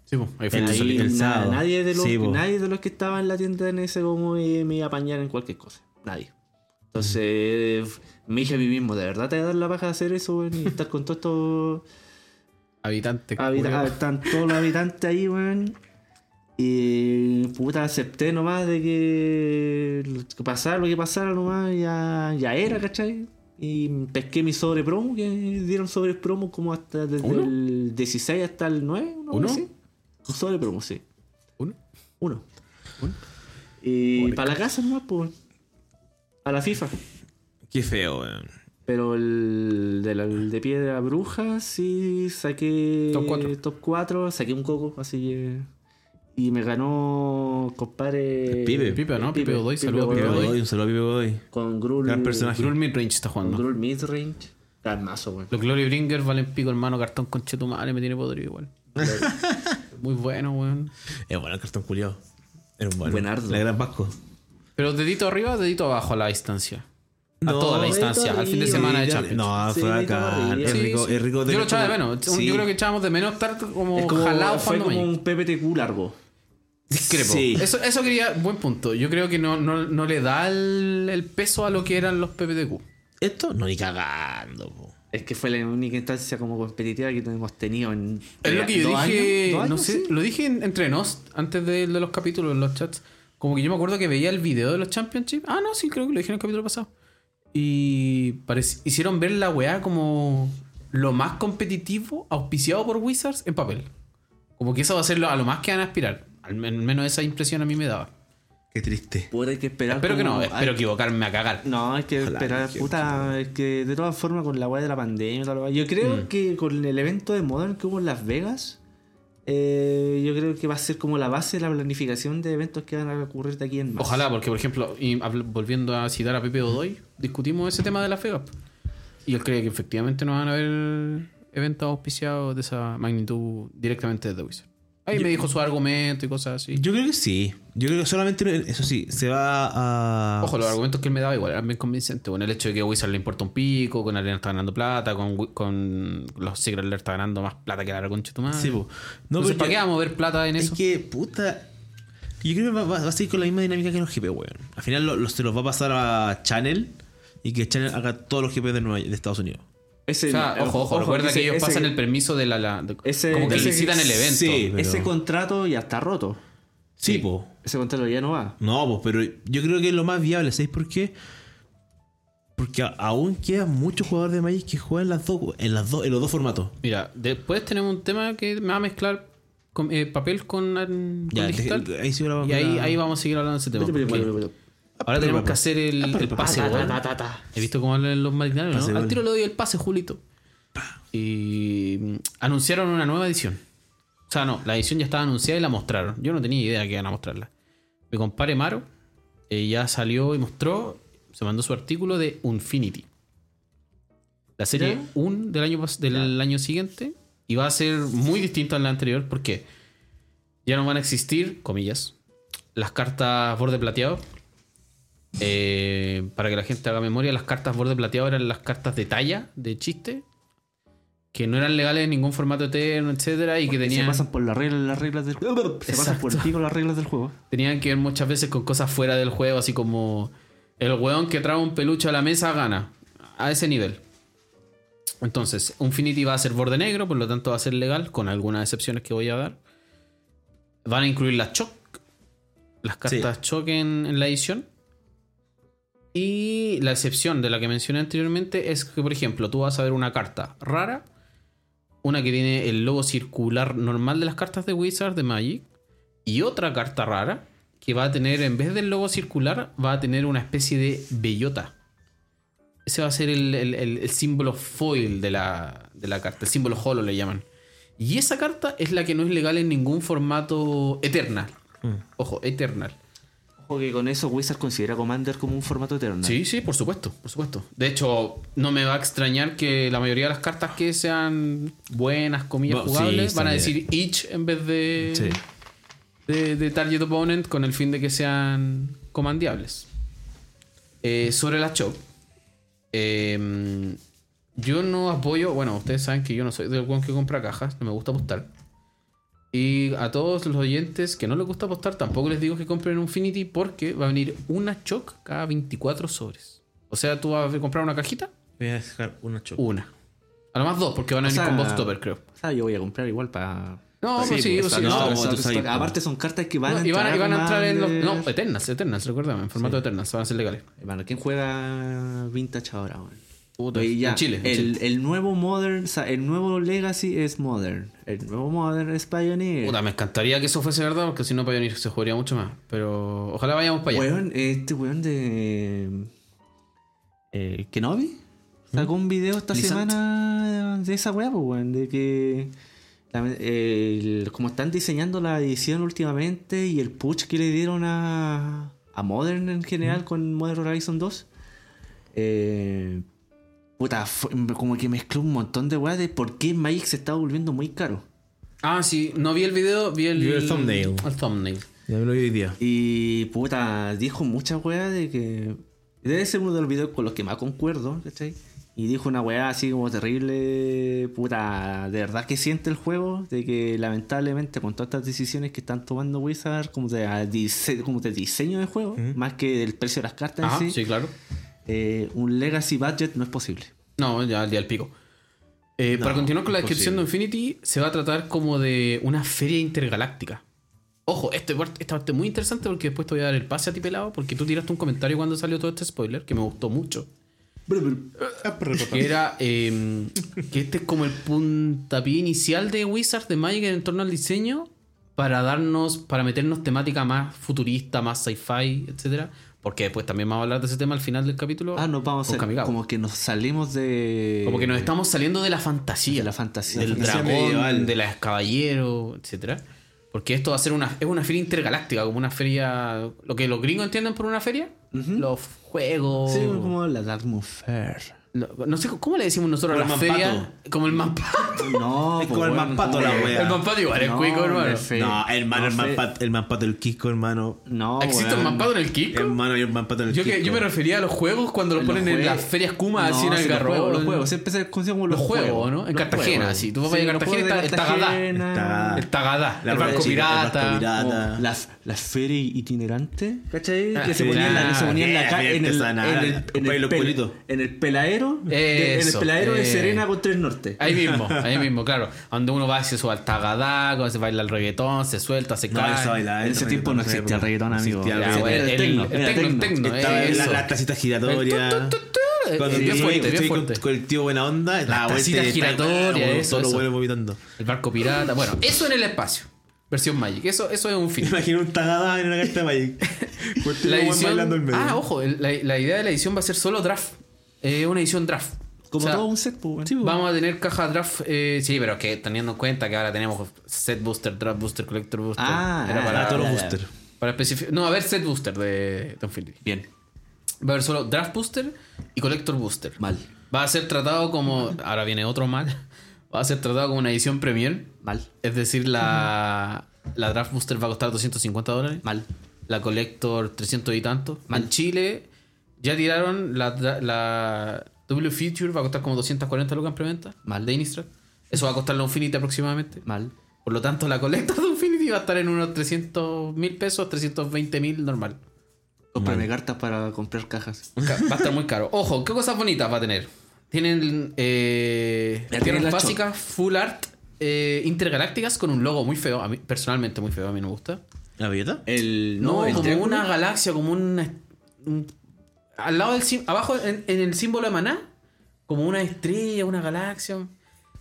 Speaker 1: Sí, pues, ahí fue
Speaker 2: El-
Speaker 1: mucho
Speaker 4: Ahí
Speaker 1: calor.
Speaker 2: el
Speaker 4: na-
Speaker 2: sábado.
Speaker 4: nadie, de los,
Speaker 2: Sí, po.
Speaker 4: nadie de los que estaban en la tienda en ese como eh, me iba a apañar en cualquier cosa. Nadie. Entonces, me dije a mí mismo, ¿de verdad te voy a dar la paja de hacer eso, weón? Y estar con todos estos
Speaker 1: Habitante.
Speaker 4: habita-
Speaker 1: culiao.
Speaker 4: ah, están todos los habitantes ahí, weón. Y puta, acepté nomás de que que pasara lo que pasara nomás, ya, ya era, ¿cachai? Y pesqué mi sobre promo, que dieron sobre promo como hasta desde
Speaker 1: ¿Uno?
Speaker 4: el 16 hasta el 9, ¿no?
Speaker 1: ¿Uno?
Speaker 4: Sí. Un sobre promo, sí.
Speaker 2: ah,
Speaker 1: Uno.
Speaker 4: Uno. Y para la casa nomás, pues. A la FIFA.
Speaker 2: Qué feo, weón.
Speaker 4: Pero el de, la- el de piedra bruja sí saqué
Speaker 1: Top cuatro.
Speaker 4: top 4, saqué un coco, así que... Y me ganó, compadre...
Speaker 2: El Pipe.
Speaker 4: el
Speaker 1: Pipe, ¿no? Pipe Godoy, saludos a Pipe
Speaker 2: Pipe
Speaker 1: Godoy.
Speaker 2: Godoy, un saludo a Pipe Godoy.
Speaker 4: Con Grul...
Speaker 2: Gran personaje.
Speaker 1: Grul Midrange está
Speaker 4: Con
Speaker 1: jugando.
Speaker 4: Grul midrange. Gran mazo, güey.
Speaker 1: Los Glory Bringer valen pico, hermano. Cartón con chetumare me tiene podrido igual. Muy bueno, weón.
Speaker 2: Es bueno el cartón culiado. Era un bueno.
Speaker 4: Buenardo.
Speaker 2: La gran Vasco.
Speaker 1: Pero dedito arriba, dedito abajo a la distancia. a toda la instancia. Al fin de semana de
Speaker 2: ya-
Speaker 1: Champions.
Speaker 2: No,
Speaker 4: Sí,
Speaker 2: fue
Speaker 4: ahorita
Speaker 2: acá.
Speaker 4: arriba.
Speaker 2: Es
Speaker 1: Sí,
Speaker 2: rico,
Speaker 1: sí.
Speaker 2: es rico
Speaker 1: Yo
Speaker 2: tener
Speaker 1: lo echaba de
Speaker 2: como-
Speaker 1: menos.
Speaker 2: Sí.
Speaker 1: Yo creo que echábamos de menos estar como,
Speaker 4: Es como,
Speaker 1: jalado
Speaker 4: fue
Speaker 1: jugando
Speaker 4: como
Speaker 1: Magic.
Speaker 4: un PPTQ largo.
Speaker 1: Discrepo.
Speaker 2: Sí.
Speaker 1: Eso, eso quería, buen punto. Yo creo que no, no, no le da el, el peso a lo que eran los PPTQ.
Speaker 2: Esto no ni cagando, po.
Speaker 4: Es que fue la única instancia como competitiva que hemos tenido en. eh,
Speaker 1: Es lo que yo
Speaker 4: ¿dos
Speaker 1: dije,
Speaker 4: años? ¿Dos
Speaker 1: no
Speaker 4: años?
Speaker 1: sé,
Speaker 4: Sí.
Speaker 1: lo dije en- entre nos, antes de, de los capítulos, en los chats. Como que yo me acuerdo que veía el video de los Championships. Ah, no, sí, creo que lo dije en el capítulo pasado. Y parec- hicieron ver la weá como lo más competitivo auspiciado por Wizards en papel. Como que eso va a ser lo- a lo más que van a aspirar. Al men- menos esa impresión a mí me daba.
Speaker 2: Qué triste.
Speaker 4: Puta, hay que esperar.
Speaker 1: Espero que
Speaker 4: como-
Speaker 1: no,
Speaker 4: hay-
Speaker 1: espero equivocarme a cagar.
Speaker 4: No, hay que
Speaker 2: Ojalá, Mm.
Speaker 4: esperar.
Speaker 2: que-
Speaker 4: Puta, es que de todas formas con la weá de la pandemia. y toda la weá, yo creo que con el evento de Modern que hubo en Las Vegas. eh, yo creo que va a ser como la base de la planificación de eventos que van a ocurrir de aquí en más.
Speaker 1: Ojalá, porque por ejemplo, y habl- volviendo a citar a Pepe Odoy, discutimos ese tema de la FEGAP. Y él cree que efectivamente no van a haber eventos auspiciados de esa magnitud directamente desde Wizard. Ahí me dijo su argumento y cosas así.
Speaker 2: Yo creo que sí. Yo creo que solamente, eso sí, se va a.
Speaker 1: Ojo, los argumentos que él me daba igual eran bien convincentes. Con el hecho de que a Wizard le importa un pico, con Arena está ganando plata, con, Wi- con los Secret Alert está ganando más plata que la concha de tu madre.
Speaker 2: Sí, po. No,
Speaker 1: Entonces,
Speaker 2: pero
Speaker 1: ¿para qué vamos a mover plata en
Speaker 2: Es
Speaker 1: eso?
Speaker 2: que, puta. Yo creo que va, va- va a seguir con la misma dinámica que los GP, weón. Al final lo- lo- se los va a pasar a Channel y que Channel haga todos los GP de, Nueva- de Estados Unidos.
Speaker 1: O
Speaker 4: Ese-
Speaker 1: sea, ojo, ojo, recuerda
Speaker 4: ese-
Speaker 1: que ellos
Speaker 4: ese-
Speaker 1: pasan el permiso de la... la- de-
Speaker 4: ese-
Speaker 1: como que
Speaker 4: ese-
Speaker 1: licitan el evento.
Speaker 2: sí. pero-
Speaker 4: Ese contrato ya está roto.
Speaker 2: Sí, po.
Speaker 4: Ese contrato ya no va.
Speaker 2: No, pues, pero yo creo que es lo más viable, ¿sabéis por qué? Porque a- aún quedan muchos jugadores de Magic que juegan las dos, en, las dos, en los dos formatos.
Speaker 1: Mira, después tenemos un tema que me va a mezclar con, eh, papel con, con
Speaker 2: Ya,
Speaker 1: digital.
Speaker 2: de- ahí sí la-
Speaker 1: y ahí, ahí vamos a seguir hablando de ese tema.
Speaker 4: Espérate,
Speaker 1: porque
Speaker 4: espérate, espérate, espérate.
Speaker 1: Ahora tenemos que hacer el, el pase.
Speaker 4: Ah, Ta, ta,
Speaker 1: weón.
Speaker 4: ta, ta, ta.
Speaker 1: He visto cómo hablan los marinarios,
Speaker 2: Pase,
Speaker 1: ¿no? Al
Speaker 2: weón.
Speaker 1: tiro le doy el pase, Julito. Y mm, anunciaron una nueva edición. O sea, no, la edición ya estaba anunciada y la mostraron. Yo no tenía idea que iban a mostrarla. Mi compadre Maro eh, ya salió y mostró, se mandó su artículo de Unfinity. La serie
Speaker 4: Ya.
Speaker 1: Un del año, pas- del año siguiente. Y va a ser muy distinta a la anterior porque ya no van a existir, comillas, las cartas borde plateado. Eh, para que la gente haga memoria, las cartas borde plateado eran las cartas de talla, de chiste, que no eran legales en ningún formato eterno, etcétera, y que
Speaker 4: Se
Speaker 1: tenían,
Speaker 4: pasan por las reglas, las reglas del juego. Se pasan por el pico las reglas del juego.
Speaker 1: tenían que ver muchas veces con cosas fuera del juego, así como el weón que trae un peluche a la mesa gana, a ese nivel. Entonces, Unfinity va a ser borde negro, por lo tanto va a ser legal, con algunas excepciones que voy a dar. Van a incluir las choc, las cartas choc en, en la edición. Y la excepción de la que mencioné anteriormente es que, por ejemplo, tú vas a ver una carta rara, una que tiene el logo circular normal de las cartas de Wizard de Magic, y otra carta rara que va a tener, en vez del logo circular, va a tener una especie de bellota. Ese va a ser el, el- el- el símbolo foil de la, de la carta, el símbolo holo le llaman. Y esa carta es la que no es legal en ningún formato Eternal.
Speaker 2: Mm.
Speaker 1: Ojo, Eternal.
Speaker 4: Ojo que con eso Wizard considera Commander como un formato eterno.
Speaker 1: Sí, sí, por supuesto, por supuesto. De hecho, no me va a extrañar que la mayoría de las cartas que sean buenas, comillas,
Speaker 2: Bueno, sí,
Speaker 1: jugables, van a
Speaker 2: también.
Speaker 1: decir each en vez de,
Speaker 2: Sí.
Speaker 1: de, de target opponent con el fin de que sean comandeables. Eh, sobre la chop, eh, yo no apoyo, bueno, ustedes saben que yo no soy del weón que compra cajas, no me gusta apostar. Y a todos los oyentes que no les gusta apostar, tampoco les digo que compren Infinity porque va a venir una choc cada 24 sobres. O sea, tú vas a comprar una cajita,
Speaker 2: Voy a dejar una choca.
Speaker 1: una. A lo más dos, porque van a
Speaker 4: O
Speaker 1: venir
Speaker 4: sea,
Speaker 1: con box topper, creo.
Speaker 4: O sea, yo voy a comprar igual para.
Speaker 1: No, pues sí, pues sí,
Speaker 2: no,
Speaker 4: no,
Speaker 2: vos tú sabes,
Speaker 4: Aparte son cartas que van
Speaker 1: No,
Speaker 4: a
Speaker 1: y, van,
Speaker 4: entrar.
Speaker 1: a- y van a entrar en los. No, eh.
Speaker 4: Commander.
Speaker 1: Eternals, Eternals, recuérdame, en formato Eternals, van a ser legales.
Speaker 4: Hermano, ¿quién juega Vintage ahora, weón?
Speaker 1: Puta,
Speaker 4: Oye, ya,
Speaker 1: en Chile, en
Speaker 4: el,
Speaker 1: Chile.
Speaker 4: el nuevo Modern, o sea, el nuevo Legacy es Modern. El nuevo Modern es Pioneer.
Speaker 1: Puta, me encantaría que eso fuese verdad, porque si no, Pioneer se jugaría mucho más. Pero ojalá vayamos para allá.
Speaker 4: Weón, este weón de. Eh, ¿Kenobi? Sacó un video esta
Speaker 1: Lizard.
Speaker 4: semana de esa weá, pues, weón, de que. la- el- como están diseñando la edición últimamente y el push que le dieron a, a Modern en general con Modern Horizon 2. eh, puta, fue- como que mezcló un montón de weá de por qué Magic se estaba volviendo muy caro.
Speaker 1: Ah, sí, no vi el video, vi el.
Speaker 2: Vi el thumbnail.
Speaker 1: El thumbnail.
Speaker 2: Ya me lo vi hoy día.
Speaker 4: Y puta, dijo muchas weas de que Debe ser uno de los videos con los que más concuerdo, ¿cachai? Y dijo una weá así como terrible, puta, de verdad que siente el juego, de que lamentablemente con todas estas decisiones que están tomando Wizard, como de, a dise- como de diseño de juego, más que del precio de las cartas, en
Speaker 1: Ajá,
Speaker 4: sí,
Speaker 1: Ah, sí, claro.
Speaker 4: eh, un legacy budget no es posible.
Speaker 1: No, ya al día al pico. Eh, para continuar con la descripción de Infinity, se va a tratar como de una feria intergaláctica. Ojo, este part- esta parte es muy interesante porque después te voy a dar el pase a ti pelado, porque tú tiraste un comentario cuando salió todo este spoiler que me gustó mucho.
Speaker 4: Ah,
Speaker 1: Que era eh, que este es como el puntapié inicial de Wizard de Magic en torno al diseño para darnos, para meternos temática más futurista, más sci-fi, etcétera. Porque después también vamos a hablar de ese tema al final del capítulo.
Speaker 4: Ah, nos vamos a
Speaker 1: con
Speaker 4: hacer,
Speaker 1: Kamigawa.
Speaker 4: como que nos salimos de...
Speaker 1: Como que nos estamos saliendo de la fantasía,
Speaker 4: Eh, de la fantasía.
Speaker 1: del
Speaker 2: fantasía
Speaker 1: dragón,
Speaker 2: medieval.
Speaker 1: de las caballero, etcétera. Porque esto va a ser una, es una feria intergaláctica, como una feria. Lo que los gringos entienden por una feria, los juegos.
Speaker 4: Sí, como la Dark Moon Fair.
Speaker 1: lo- no sé cómo le decimos nosotros a
Speaker 2: Como
Speaker 1: la
Speaker 2: el
Speaker 1: feria.
Speaker 2: mampato.
Speaker 1: Como el mampato.
Speaker 4: No,
Speaker 2: Es
Speaker 4: pues,
Speaker 2: como el
Speaker 4: weón,
Speaker 2: mampato la
Speaker 4: como-
Speaker 2: wea.
Speaker 1: El mampato igual, es
Speaker 4: No,
Speaker 1: cuico,
Speaker 4: no
Speaker 1: hermano.
Speaker 4: es fe-
Speaker 2: No, hermano, el
Speaker 4: no sé.
Speaker 2: manpato, el manpato del Kisco, hermano.
Speaker 4: No,
Speaker 1: ¿Existe un
Speaker 4: weón.
Speaker 1: mampato en el Kiko?
Speaker 2: Hermano, hay un manpato en el
Speaker 1: Yo, que,
Speaker 2: Kisco.
Speaker 1: yo me refería a los juegos cuando los
Speaker 4: Los
Speaker 1: ponen en
Speaker 4: jue-
Speaker 1: las ferias Kuma,
Speaker 4: No,
Speaker 1: así en
Speaker 4: sí,
Speaker 1: el
Speaker 4: los
Speaker 1: garro.
Speaker 4: juegos, Los juegos, siempre se conocen como
Speaker 1: Los
Speaker 4: los
Speaker 1: juegos,
Speaker 4: juegos.
Speaker 1: ¿no? En
Speaker 4: Los
Speaker 1: Cartagena,
Speaker 4: juegos.
Speaker 1: sí. Tú vas a llegar a
Speaker 4: los juegos
Speaker 1: Cartagena,
Speaker 4: de
Speaker 1: está- está cagada.
Speaker 4: Cartagena.
Speaker 1: El Tagadá, el
Speaker 2: barca
Speaker 1: barco
Speaker 2: chica, el barco
Speaker 1: pirata.
Speaker 2: pirata.
Speaker 4: O Las las ferias itinerantes, ¿cachai?
Speaker 1: Ah,
Speaker 4: que se
Speaker 1: sí,
Speaker 4: ponían la-
Speaker 1: ah,
Speaker 4: que se ponían la
Speaker 2: bien,
Speaker 4: ca-
Speaker 2: bien
Speaker 4: en el- en
Speaker 2: artesanal.
Speaker 4: el- en
Speaker 2: Comprar
Speaker 4: el
Speaker 2: los
Speaker 4: pel-
Speaker 2: culitos.
Speaker 4: en el peladero. de- En el
Speaker 1: Eso,
Speaker 4: peladero
Speaker 1: eh.
Speaker 4: de Serena con Tres Norte.
Speaker 1: Ahí mismo, ahí mismo, claro. Donde uno va y se sube al tagadago, se baila el reggaetón, se suelta, se
Speaker 2: No,
Speaker 1: cae.
Speaker 2: eso bailaba,
Speaker 4: En
Speaker 2: eso
Speaker 4: ese tiempo
Speaker 2: reggaetón,
Speaker 4: no
Speaker 2: esa
Speaker 4: existía el
Speaker 2: época.
Speaker 4: reggaetón,
Speaker 2: No
Speaker 4: amigo.
Speaker 2: existía el
Speaker 1: Ya,
Speaker 4: Era
Speaker 1: güey,
Speaker 2: reggaetón.
Speaker 1: el,
Speaker 4: tecno,
Speaker 1: el
Speaker 4: era
Speaker 1: tecno, el
Speaker 4: tecno.
Speaker 1: tecno,
Speaker 2: Estaba en la-
Speaker 1: eso.
Speaker 2: las tacitas
Speaker 1: El
Speaker 2: giratorias.
Speaker 1: tu, tu, tu, tu,
Speaker 2: Cuando
Speaker 1: eh, bien
Speaker 2: estoy-
Speaker 1: fuerte, bien
Speaker 2: estoy con-
Speaker 1: fuerte.
Speaker 2: Con el tío buena onda, la
Speaker 1: tacita
Speaker 2: vuelta
Speaker 1: giratoria, eso,
Speaker 2: Todo
Speaker 1: eso.
Speaker 2: vuelve vomitando.
Speaker 1: El barco pirata, bueno, eso en el espacio. Versión Magic, eso, eso es un fin.
Speaker 2: Imagino un tagada en una carta de Magic. Con el tío
Speaker 1: La
Speaker 2: buen bailando en
Speaker 1: edición.
Speaker 2: medio.
Speaker 1: Ah, ojo, el- la, la idea de la edición va a ser solo draft. Eh, una edición draft.
Speaker 4: Como
Speaker 1: O sea,
Speaker 4: todo un set, pues, weón.
Speaker 1: Vamos a tener caja draft, eh, sí, pero que teniendo en cuenta que ahora tenemos set booster, draft booster, collector booster.
Speaker 4: Ah,
Speaker 1: Era
Speaker 2: Para
Speaker 1: para,
Speaker 2: todos los
Speaker 4: ya, ya.
Speaker 2: booster.
Speaker 1: para especificar. No, a ver, set booster de Don Philly.
Speaker 4: Bien,
Speaker 1: Va a haber solo Draft Booster y Collector Booster.
Speaker 4: mal,
Speaker 1: Va a ser tratado como. Ahora viene otro mal. Va a ser tratado como una edición Premier.
Speaker 4: mal,
Speaker 1: Es decir, la, la Draft Booster va a costar 250 dólares.
Speaker 4: mal.
Speaker 1: La Collector 300 y tanto.
Speaker 4: Mal.
Speaker 1: En Chile ya tiraron la, dra- la W Feature, va a costar como 240 lucas en preventa.
Speaker 4: Mal.
Speaker 1: De Innistrad. Eso va a costar la Infinity aproximadamente.
Speaker 4: Mal.
Speaker 1: Por lo tanto, la Collector de Infinity va a estar en unos 300 mil pesos, 320 mil normal.
Speaker 4: Comprame cartas para comprar cajas.
Speaker 1: Ca- Va a estar muy caro. Ojo, ¿qué cosas bonitas va a tener? Tienen eh,
Speaker 4: Ya tienen
Speaker 1: tierras
Speaker 4: la
Speaker 1: básicas, full art, eh, intergalácticas con un logo muy feo. A mí, personalmente muy feo, a mí no me gusta.
Speaker 2: ¿La bellota?
Speaker 4: El,
Speaker 1: No,
Speaker 4: el
Speaker 1: como
Speaker 4: triángulo.
Speaker 1: una galaxia, como una- un... Al lado del... sim- Abajo, en, en el símbolo de maná, como una estrella, una galaxia.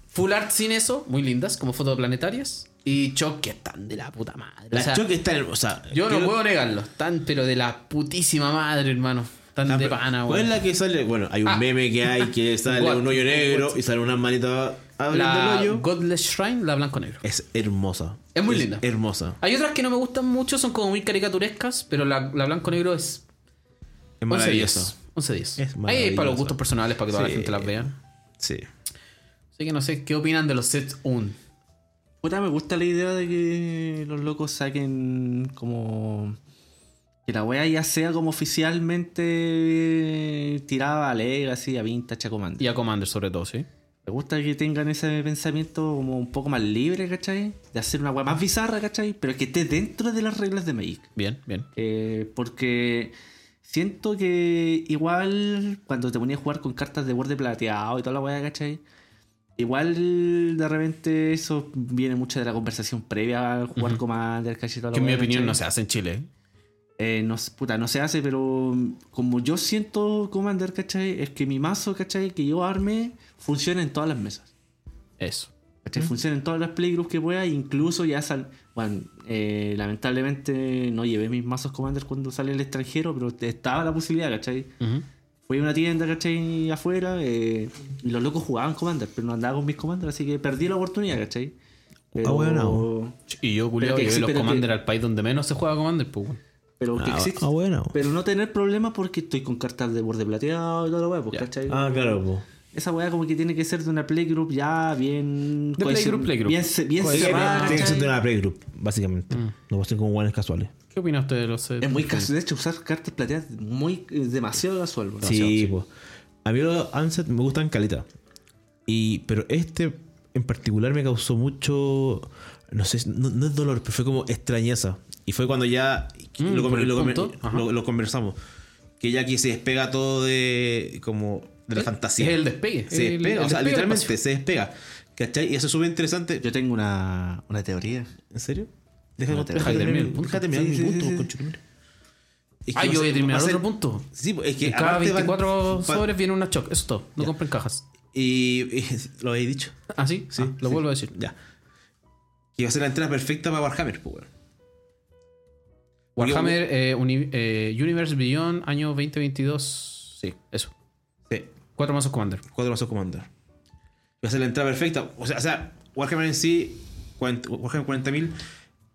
Speaker 1: Full art sin eso, muy lindas, como fotoplanetarias. Y choc que están de la puta madre. O
Speaker 2: La
Speaker 1: sea,
Speaker 2: choque está hermosa.
Speaker 1: yo no puedo negarlo. Están pero de la putísima madre, hermano. Están de pana,
Speaker 2: Ah, ¿Cuál
Speaker 1: güey.
Speaker 2: es la que sale? Bueno, hay un
Speaker 1: Ah.
Speaker 2: meme que hay que sale
Speaker 1: What?
Speaker 2: un hoyo negro y sale una manita abriendo el
Speaker 1: La
Speaker 2: hoyo.
Speaker 1: Godless Shrine, la blanco-negro.
Speaker 2: Es hermosa.
Speaker 1: Es muy linda.
Speaker 2: Hermosa.
Speaker 1: Hay otras que no me gustan mucho, son como muy caricaturescas, pero la, la blanco-negro es
Speaker 2: Es
Speaker 1: 11
Speaker 2: maravillosa.
Speaker 1: 10. 11 10.
Speaker 2: Es
Speaker 1: Ahí es para los
Speaker 2: maravilloso.
Speaker 1: gustos personales, para que toda
Speaker 2: Sí.
Speaker 1: la gente las vea.
Speaker 2: Sí.
Speaker 1: Así que no sé, ¿qué opinan de los sets un?
Speaker 4: Puta, me gusta la idea de que los locos saquen como. Que la wea ya sea como oficialmente tirada a Legacy, a Vintage, a Commander.
Speaker 1: Y a Commander sobre todo, ¿sí?
Speaker 4: Me gusta que tengan ese pensamiento como un poco más libre, ¿cachai? De hacer una wea más bizarra, ¿cachai? Pero que esté dentro de las reglas de Magic.
Speaker 1: Bien, bien.
Speaker 4: Eh, porque siento que igual cuando te ponías a jugar con cartas de borde plateado y toda la weá, ¿cachai? Igual de repente eso viene mucho de la conversación previa al jugar
Speaker 1: Ujú.
Speaker 4: Commander, ¿cachai? Toda la
Speaker 1: Que en mi
Speaker 4: weá,
Speaker 1: opinión
Speaker 4: ¿cachai?
Speaker 1: no se hace en Chile.
Speaker 4: Eh, no, s- puta, no se hace, pero como yo siento Commander, ¿cachai? Es que mi mazo, ¿cachai? Que yo arme funciona en todas las mesas.
Speaker 1: Eso.
Speaker 2: ¿Mm?
Speaker 4: ¿Cachai? Funciona en todas las playgroups que pueda, incluso ya sal. Bueno, eh, lamentablemente no llevé mis mazos Commander cuando sale el extranjero, pero estaba la posibilidad, ¿cachai?
Speaker 1: Ujú.
Speaker 4: Fui a una tienda, ¿cachai? Afuera, eh, y los locos jugaban Commander, pero no andaba con mis Commander, así que perdí la oportunidad, ¿cachai? Pero,
Speaker 2: Ah, bueno.
Speaker 1: Y yo, culiao,
Speaker 4: que
Speaker 1: llevé
Speaker 4: exi-
Speaker 1: los
Speaker 4: pero que-
Speaker 1: Commander al país donde menos se juega Commander, pues. weón.
Speaker 4: pero que
Speaker 2: Ah,
Speaker 4: existe.
Speaker 2: ah, bueno.
Speaker 4: Pero no tener problemas porque estoy con cartas de borde plateado y todo lo weá, pues,
Speaker 1: Ya.
Speaker 4: ¿cachai?
Speaker 2: Ah, claro, po.
Speaker 4: Esa weá como que tiene que ser de una playgroup ya bien...
Speaker 1: De
Speaker 4: cohesio-
Speaker 1: playgroup, playgroup.
Speaker 4: Bien, ce- bien
Speaker 2: Tiene
Speaker 4: cerrada,
Speaker 2: tiene que ser
Speaker 4: ¿cachai?
Speaker 2: de una playgroup, básicamente.
Speaker 1: Mm.
Speaker 2: No va a ser como guanes casuales.
Speaker 1: ¿Qué opina usted de los...
Speaker 4: Es muy casual. De hecho, usar cartas plateadas es muy, es demasiado casual. weón.
Speaker 2: Sí, po. A mí los Ansett me gustan caleta. Y, pero este en particular me causó mucho. No sé, no, no es dolor, pero fue como extrañeza. Y fue cuando ya
Speaker 1: Mm, por
Speaker 2: lo, conver-
Speaker 1: el
Speaker 2: lo conver-
Speaker 1: punto. Ajá.
Speaker 2: lo- lo conversamos. Que ya aquí se despega todo de. como. de la fantasía.
Speaker 1: es el despegue,
Speaker 2: Se
Speaker 1: el-
Speaker 2: despega,
Speaker 1: el
Speaker 2: o
Speaker 1: despegue
Speaker 2: sea,
Speaker 1: del
Speaker 2: literalmente
Speaker 1: espacio.
Speaker 2: se despega. ¿Cachai? Y eso es súper interesante.
Speaker 4: Yo tengo una, una teoría.
Speaker 2: ¿En serio? Déjame
Speaker 4: No, te-
Speaker 2: déjame
Speaker 1: déjame terminar
Speaker 2: terminar
Speaker 1: el punto.
Speaker 2: déjame terminar
Speaker 4: Sí,
Speaker 2: mi
Speaker 4: sí,
Speaker 2: punto,
Speaker 4: sí, sí.
Speaker 2: conchetumare. Es que
Speaker 1: Ah,
Speaker 2: va
Speaker 1: yo voy
Speaker 2: ser-
Speaker 1: a terminar
Speaker 2: va ser-
Speaker 1: otro punto.
Speaker 2: Sí, pues, es que
Speaker 1: En cada
Speaker 2: aparte van-
Speaker 1: 24
Speaker 2: van-
Speaker 1: sobres viene una choc. Eso es todo. No compren cajas.
Speaker 2: Y, y- lo habéis dicho.
Speaker 1: ¿Ah, sí?
Speaker 2: Sí,
Speaker 1: Ah, lo
Speaker 2: sí.
Speaker 1: vuelvo a decir.
Speaker 2: Ya. Que iba a ser la entrada perfecta para Warhammer, pues, weón. Porque-
Speaker 1: Warhammer eh, Uni- eh, Universe Beyond, año 2022. Sí, eso.
Speaker 2: Sí,
Speaker 1: Cuatro mazos Commander.
Speaker 2: cuatro mazos Commander. Iba a ser la entrada perfecta. O sea, o sea Warhammer en sí, 40 Warhammer 40.000,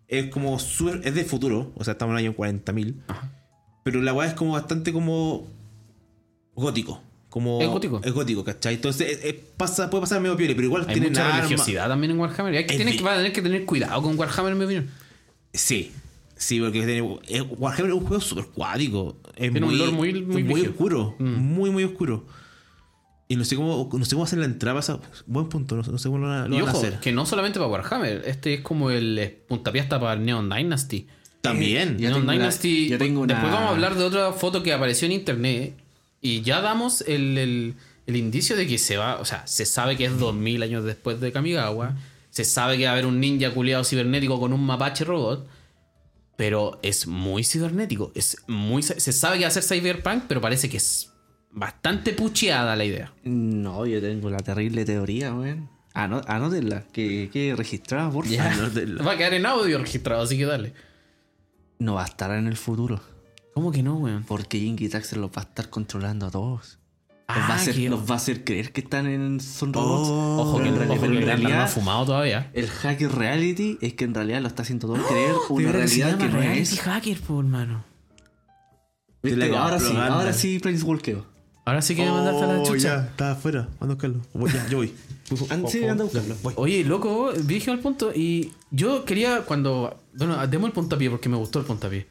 Speaker 2: es como súper. Es de futuro. O sea, estamos en el año 40.000. Pero la weá es como bastante como. gótico. Como,
Speaker 1: Es gótico.
Speaker 2: Es gótico, ¿cachai? Entonces, es- es- pasa, puede pasar medio piel, pero igual
Speaker 1: Hay
Speaker 2: tienen
Speaker 1: mucha
Speaker 2: armas.
Speaker 1: religiosidad también en Warhammer. Y hay que,
Speaker 2: Es
Speaker 1: tienes
Speaker 2: di-
Speaker 1: que, va a tener que tener cuidado con Warhammer, en mi opinión.
Speaker 2: Sí, sí, porque tiene- eh, Warhammer es un juego súper cuático. Es
Speaker 1: Tiene un lore muy- muy brígido. Mm.
Speaker 2: oscuro. Muy, muy oscuro. Y no sé cómo, no sé cómo hacer la entrada. esa- Buen punto, no, no sé cómo lo, van a- lo
Speaker 1: Y
Speaker 2: van a
Speaker 1: ojo,
Speaker 2: hacer.
Speaker 1: que no solamente para Warhammer. Este es como el eh, puntapié hasta para Neon Dynasty.
Speaker 2: También.
Speaker 4: Ya
Speaker 1: Neon
Speaker 4: tengo una-
Speaker 1: Dynasty. pues,
Speaker 4: ya tengo una-
Speaker 1: Después vamos a hablar de otra foto que apareció en internet. Y ya damos el, el- el indicio de que se va. O sea, se sabe que es 2000 años después de Kamigawa. Se sabe que va a haber un ninja culiado cibernético con un mapache robot. Pero es muy cibernético. Es muy, se sabe que va a ser cyberpunk, pero parece que es bastante pucheada la idea.
Speaker 4: No, yo tengo la terrible teoría, weón. Ano- Anótenla, que, que registrada, por
Speaker 2: Ah, no, de-
Speaker 1: Va a quedar en audio registrado, así que dale.
Speaker 4: No va a estar en el futuro.
Speaker 1: ¿Cómo que no, weón?
Speaker 4: Porque Jinky Taxer los va a estar controlando a todos. Los, Pues va,
Speaker 1: Ah,
Speaker 4: a hacer,
Speaker 1: que-
Speaker 4: los va a hacer creer que están en son
Speaker 2: Oh.
Speaker 4: robots.
Speaker 1: Ojo que,
Speaker 4: Pero en
Speaker 1: ojo
Speaker 4: realidad-
Speaker 1: que
Speaker 4: pero en
Speaker 1: el Gandalf no ha
Speaker 4: realidad,
Speaker 1: fumado todavía.
Speaker 4: el hacker reality es que en realidad lo está haciendo todo creer una
Speaker 1: verdad
Speaker 4: realidad que no es.
Speaker 1: hacker, por hermano.
Speaker 2: de
Speaker 4: ¿Viste?
Speaker 2: la
Speaker 4: Ahora sí,
Speaker 2: propaganda.
Speaker 4: ahora sí, Planeswalkeo.
Speaker 1: Ahora sí que me mandaste a la
Speaker 2: Oh,
Speaker 1: chucha.
Speaker 2: ya, está afuera. Ando a buscarlo. Voy, ya, yo voy. Oh,
Speaker 4: An- sí, anda a buscarlo.
Speaker 2: Voy.
Speaker 1: Oye, loco, dije al punto. Y yo quería cuando. Bueno, demos el puntapié porque me gustó el puntapié.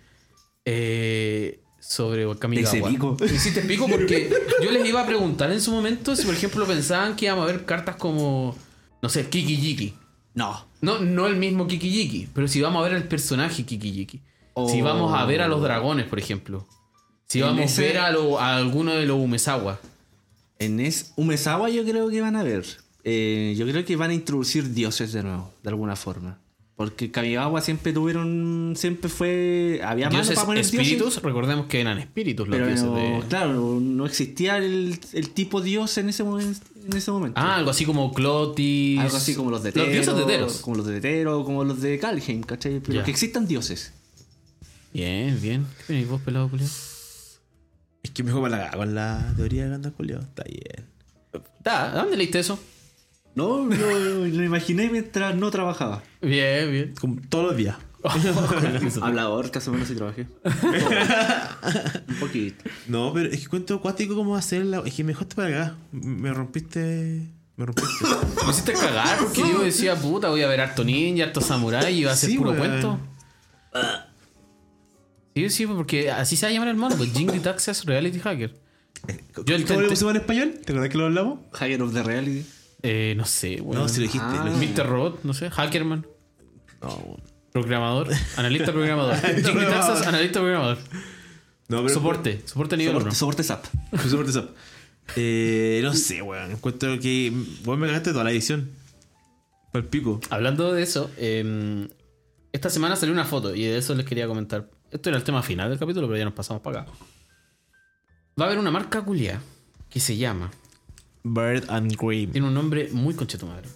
Speaker 1: Eh, sobre Kamigawa.
Speaker 4: Te hice pico.
Speaker 1: Hiciste pico porque yo les iba a preguntar en su momento si, por ejemplo, pensaban que íbamos a ver cartas como. No sé, Kiki Jiki.
Speaker 4: No.
Speaker 1: No, no el mismo Kiki Jiki, pero si vamos a ver el personaje Kiki Jiki. Si
Speaker 4: Oh.
Speaker 1: vamos a ver a los dragones, por ejemplo. Si
Speaker 4: En
Speaker 1: vamos
Speaker 4: ese-
Speaker 1: a ver a, lo- a alguno de los Umesawa.
Speaker 4: En es Umezawa yo creo que van a ver. Eh, yo creo que van a introducir dioses de nuevo, de alguna forma. Porque Kamigawa siempre tuvieron, siempre fue, había mano
Speaker 1: Dioses
Speaker 4: para poner
Speaker 1: espíritus,
Speaker 4: dioses.
Speaker 1: recordemos que eran espíritus los
Speaker 4: Pero
Speaker 1: dioses de...
Speaker 4: claro, no existía el, el tipo dios en ese, momen- en ese momento.
Speaker 1: Ah, algo así como Clotis.
Speaker 4: Algo así como los de
Speaker 1: Los dioses de Teros.
Speaker 4: Como los de Tero, como los de Kalheim, ¿cachai? Pero
Speaker 1: Ya.
Speaker 4: que existan dioses.
Speaker 1: Bien, bien. ¿Qué venís vos, pelado, culiao?
Speaker 2: Es que me juego para la con la teoría de Gandalf Julio. Está bien.
Speaker 1: Da, ¿a ¿dónde leíste eso?
Speaker 4: No, lo, lo imaginé mientras no trabajaba.
Speaker 1: Bien, bien.
Speaker 2: Como todos los días.
Speaker 1: Oh.
Speaker 4: Hablador, esta semana sí trabajé. Un poquito.
Speaker 2: No, pero es que cuento acuático cómo hacer la. Es que me dejaste para acá. Me rompiste. Me rompiste.
Speaker 1: Me hiciste cagar porque yo decía, puta, voy a ver harto ninja, harto samurái y va a ser
Speaker 2: Sí,
Speaker 1: puro
Speaker 2: weón.
Speaker 1: cuento. Sí, sí, porque así se va a llamar el mono, pues Jingle Taxes Reality Hacker. Yo
Speaker 2: ¿Cómo lo
Speaker 1: intenté...
Speaker 2: pusimos en español? ¿Te acordás que lo hablamos?
Speaker 4: Higher of the Reality.
Speaker 1: Eh, no sé, weón.
Speaker 2: No, si lo dijiste.
Speaker 4: Ah.
Speaker 2: lo dijiste.
Speaker 1: Mr. Robot, no sé, Hackerman.
Speaker 2: No,
Speaker 1: Programador, analista programador. Jingle Taxes, analista programador.
Speaker 2: no pero.
Speaker 1: Soporte, soporte nivel
Speaker 4: Soporte,
Speaker 1: 1.
Speaker 4: soporte SAP.
Speaker 2: Soporte SAP. Eh, no sé, weón. Encuentro que. Vos me ganaste toda la edición. Para el pico.
Speaker 1: Hablando de eso, eh, esta semana salió una foto y de eso les quería comentar. Esto era el tema final del capítulo, pero ya nos pasamos para acá. Va a haber una marca culia que se llama.
Speaker 2: Bird and Cream.
Speaker 1: Tiene un nombre muy conchetumadre.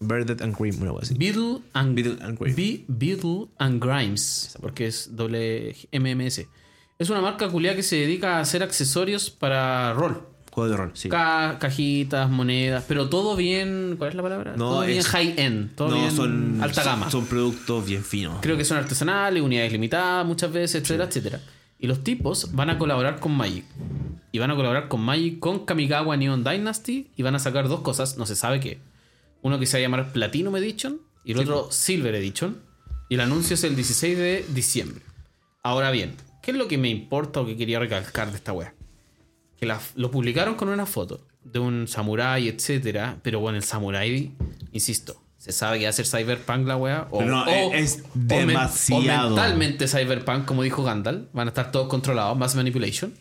Speaker 2: Bird and Cream, una cosa así.
Speaker 1: Beetle and,
Speaker 2: Beetle and Grimes.
Speaker 1: Be- Beetle and Grimes, porque es doble MMS. Es una marca culia que se dedica a hacer accesorios para rol.
Speaker 2: Juego de rol, sí.
Speaker 1: Ca- cajitas, monedas, pero todo bien. ¿Cuál es la palabra?
Speaker 2: No,
Speaker 1: todo bien
Speaker 2: es-
Speaker 1: high end, todo bien alta
Speaker 2: son-
Speaker 1: gama.
Speaker 2: Son, productos bien finos.
Speaker 1: Creo que son artesanales, unidades limitadas muchas veces, etcétera, etcétera. Y los tipos van a colaborar con Magic. Y van a colaborar con Magic, con Kamigawa Neon Dynasty. Y van a sacar dos cosas, no se sabe qué. Uno que se va a llamar Platinum Edition y el otro Silver Edition. Y el anuncio es el 16 de diciembre. Ahora bien, ¿qué es lo que me importa o que quería recalcar de esta wea? Que la- lo publicaron con una foto de un samurái, etcétera. Pero bueno, el samurái, insisto, se sabe que va a ser cyberpunk la wea. O,
Speaker 2: Pero no, e-,
Speaker 1: o-
Speaker 2: es- es
Speaker 1: o men-
Speaker 2: demasiado.
Speaker 1: o mentalmente cyberpunk, como dijo Gandalf. Van a estar todos controlados, más manipulation.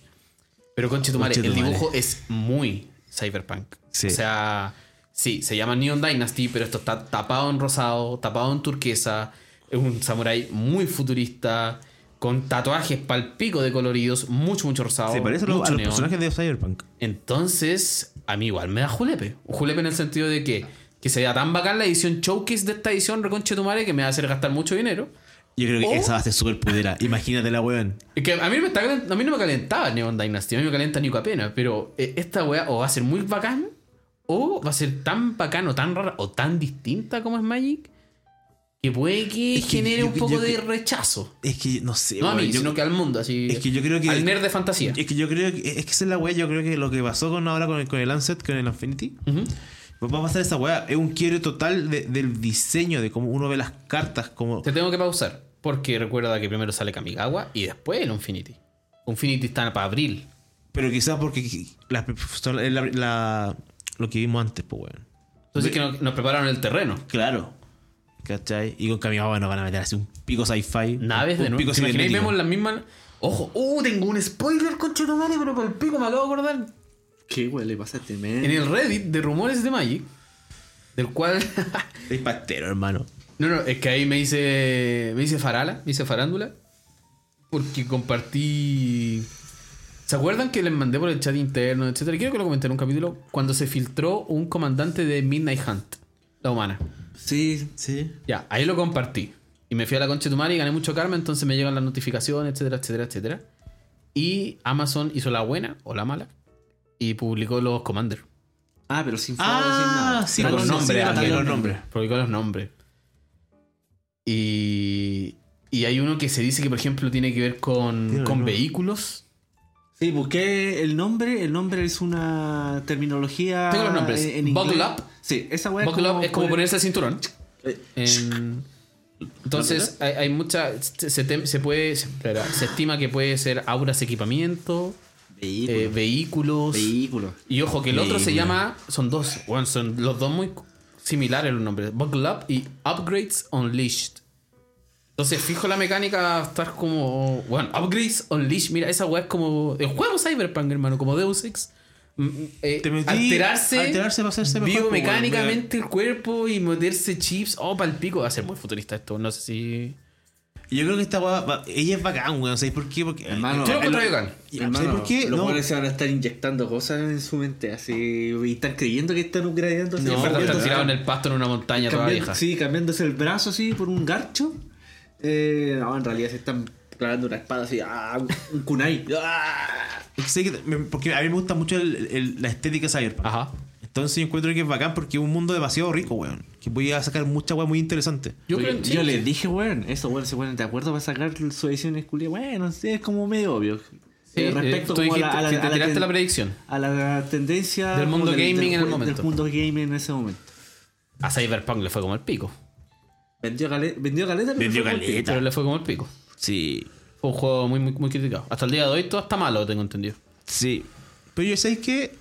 Speaker 1: Pero conchetumare, el
Speaker 2: Conchetumare.
Speaker 1: dibujo es muy cyberpunk.
Speaker 2: Sí.
Speaker 1: O sea, sí, se llama Neon Dynasty, pero esto está tapado en rosado, tapado en turquesa. Es un samurái muy futurista, con tatuajes palpico de coloridos, mucho, mucho rosado.
Speaker 2: Se parece a los-
Speaker 1: mucho
Speaker 2: a los
Speaker 1: neón.
Speaker 2: personajes de Cyberpunk.
Speaker 1: Entonces, a mí igual me da julepe. Julepe en el sentido de que, que se vea tan bacán la edición showcase de esta edición, reconche tu madre, que me va a hacer gastar mucho dinero.
Speaker 2: Yo creo que
Speaker 1: O-
Speaker 2: esa va a ser súper pudera. Imagínate la weón.
Speaker 1: Es que a mí, me está calen- a mí no me calentaba Neon Dynasty, a mí me calienta ni apenas, pero eh, esta weá o va a ser muy bacán, o va a ser tan bacán, o tan rara, o tan distinta como es Magic, que puede que
Speaker 2: Es que
Speaker 1: genere
Speaker 2: yo-
Speaker 1: un poco
Speaker 2: yo-
Speaker 1: de rechazo.
Speaker 2: Es que no sé,
Speaker 1: No a mí,
Speaker 2: weón, yo-
Speaker 1: sino que al mundo, así.
Speaker 2: es que yo creo que-
Speaker 1: Al nerd de fantasía.
Speaker 2: Es que yo creo que. Es que esa es la weá. Yo creo que lo que pasó con ahora con el, con el Lancet, con el Infinity. pues
Speaker 1: Ujú.
Speaker 2: Va a pasar esa weá. Es un quiebre total de- del diseño, de cómo uno ve las cartas. Como,
Speaker 1: Te tengo que pausar, porque recuerda que primero sale Kamigawa y después el Infinity. Infinity está para abril.
Speaker 2: pero quizás porque la- la- la- lo que vimos antes, pues weón.
Speaker 1: Entonces que no- nos prepararon el terreno.
Speaker 2: Claro. ¿Cachai? Y con Kamigawa nos van a meter así un pico sci-fi.
Speaker 1: Naves
Speaker 2: un,
Speaker 1: de
Speaker 2: un
Speaker 1: nuevo.
Speaker 2: pico
Speaker 1: ¿Te imagináis?
Speaker 2: cibernético.
Speaker 1: vemos las mismas. Ojo, uh, tengo un spoiler, conchetumare, pero por el pico me acabo de acordar.
Speaker 4: ¿Qué, güey? Le pasa a este
Speaker 1: En
Speaker 4: men.
Speaker 1: el Reddit de rumores de Magic, del cual.
Speaker 2: Es pastero, hermano.
Speaker 1: no, no, es que ahí me hice. Me hice farala, me hice farándula. Porque compartí. ¿Se acuerdan que les mandé por el chat interno, etcétera? Y Creo que lo comenté en un capítulo. Cuando se filtró un comandante de Midnight Hunt, la humana.
Speaker 4: Sí,
Speaker 2: Sí.
Speaker 1: Ya, ahí lo compartí. Y me fui a la concha de tu madre y gané mucho karma, entonces me llegan las notificaciones, etcétera, etcétera, etcétera. Y Amazon hizo la buena o la mala y publicó los Commander.
Speaker 4: Ah, pero sin foto,
Speaker 2: Ah, sí,
Speaker 4: sin nada.
Speaker 2: con
Speaker 4: Talón,
Speaker 2: nombre,
Speaker 4: sí,
Speaker 2: ah,
Speaker 4: talón.
Speaker 2: con nombre.
Speaker 1: Publicó los nombres. Y, y hay uno que se dice que, por ejemplo, tiene que ver con,
Speaker 2: Tiene
Speaker 1: con
Speaker 2: nombre.
Speaker 1: vehículos.
Speaker 4: Sí, busqué el nombre. El nombre es una terminología.
Speaker 1: Tengo los nombres.
Speaker 4: En, en
Speaker 1: Buckle
Speaker 4: inglés.
Speaker 1: up.
Speaker 4: Sí, esa weá
Speaker 1: Buckle up es como ponerse el cinturón.
Speaker 4: Eh,
Speaker 1: En- Entonces, hay, hay mucha. Se, se tem- se puede. Se, espera, se estima que puede ser auras equipamiento,
Speaker 4: Vehículo.
Speaker 1: eh, vehículos.
Speaker 4: vehículo.
Speaker 1: Y ojo, que el otro se
Speaker 2: Película.
Speaker 1: llama. Son dos. Bueno, son los dos muy similares los nombres. Buckle Up y Upgrades Unleashed. Entonces, fijo la mecánica va a estar como. Bueno, Upgrades Unleashed. Mira, esa weá es como. El juego Cyberpunk, hermano, como Deus Ex. Mm, eh,
Speaker 2: Te metí-
Speaker 1: alterarse,
Speaker 2: alterarse para hacerse mejor,
Speaker 1: biomecánicamente el cuerpo y meterse chips. Oh, pal pico. Va a ser muy futurista esto. No sé si.
Speaker 2: Yo creo que esta weá. va- Ella es bacán, weón. ¿Sabes por qué? Porque.
Speaker 4: Hermano,
Speaker 1: Yo lo encuentro
Speaker 2: el-
Speaker 1: bacán.
Speaker 2: ¿Y- ¿Sabes por qué?
Speaker 4: Los
Speaker 2: No.
Speaker 4: cuales se van a estar inyectando cosas en su mente así. Y están creyendo que están upgradeando.
Speaker 1: No, está tirado en el pasto en una montaña toda vieja.
Speaker 4: Sí, cambiándose el brazo así por un garcho. Eh, no, en realidad se están clavando una espada así. Ah, un kunai. Ah.
Speaker 2: Es que eh, sé que me- porque a mí me gusta mucho el- el- la estética cyberpunk.
Speaker 1: Ajá.
Speaker 2: Entonces yo encuentro que es bacán porque es un mundo demasiado rico, weón. Que voy a sacar mucha weá muy interesante.
Speaker 1: Yo,
Speaker 4: Oye,
Speaker 1: creo- sí,
Speaker 4: yo
Speaker 1: sí.
Speaker 4: les dije, weón, eso, weón, se ponen de acuerdo para sacar su edición esculia. Bueno, sí, es como medio obvio.
Speaker 1: Sí,
Speaker 4: Eh,
Speaker 1: respecto
Speaker 4: respecto
Speaker 1: tú
Speaker 4: como a
Speaker 1: dijiste,
Speaker 4: la, a la-
Speaker 1: que
Speaker 4: a
Speaker 1: te
Speaker 4: la
Speaker 1: tiraste
Speaker 4: ten-
Speaker 1: la predicción.
Speaker 4: a la tendencia
Speaker 1: Del mundo
Speaker 4: como
Speaker 1: gaming en el
Speaker 4: jue-
Speaker 1: momento.
Speaker 4: Del mundo gaming en ese momento.
Speaker 1: A Cyberpunk le fue como el pico.
Speaker 4: Vendió caleta. Vendió caleta. pero
Speaker 2: Vendió
Speaker 4: fue por
Speaker 2: caleta.
Speaker 1: Pero le fue como el pico.
Speaker 2: Sí.
Speaker 1: Fue un juego muy, muy, muy criticado. Hasta el día de hoy todo está malo, tengo entendido.
Speaker 2: Sí. Pero yo sé que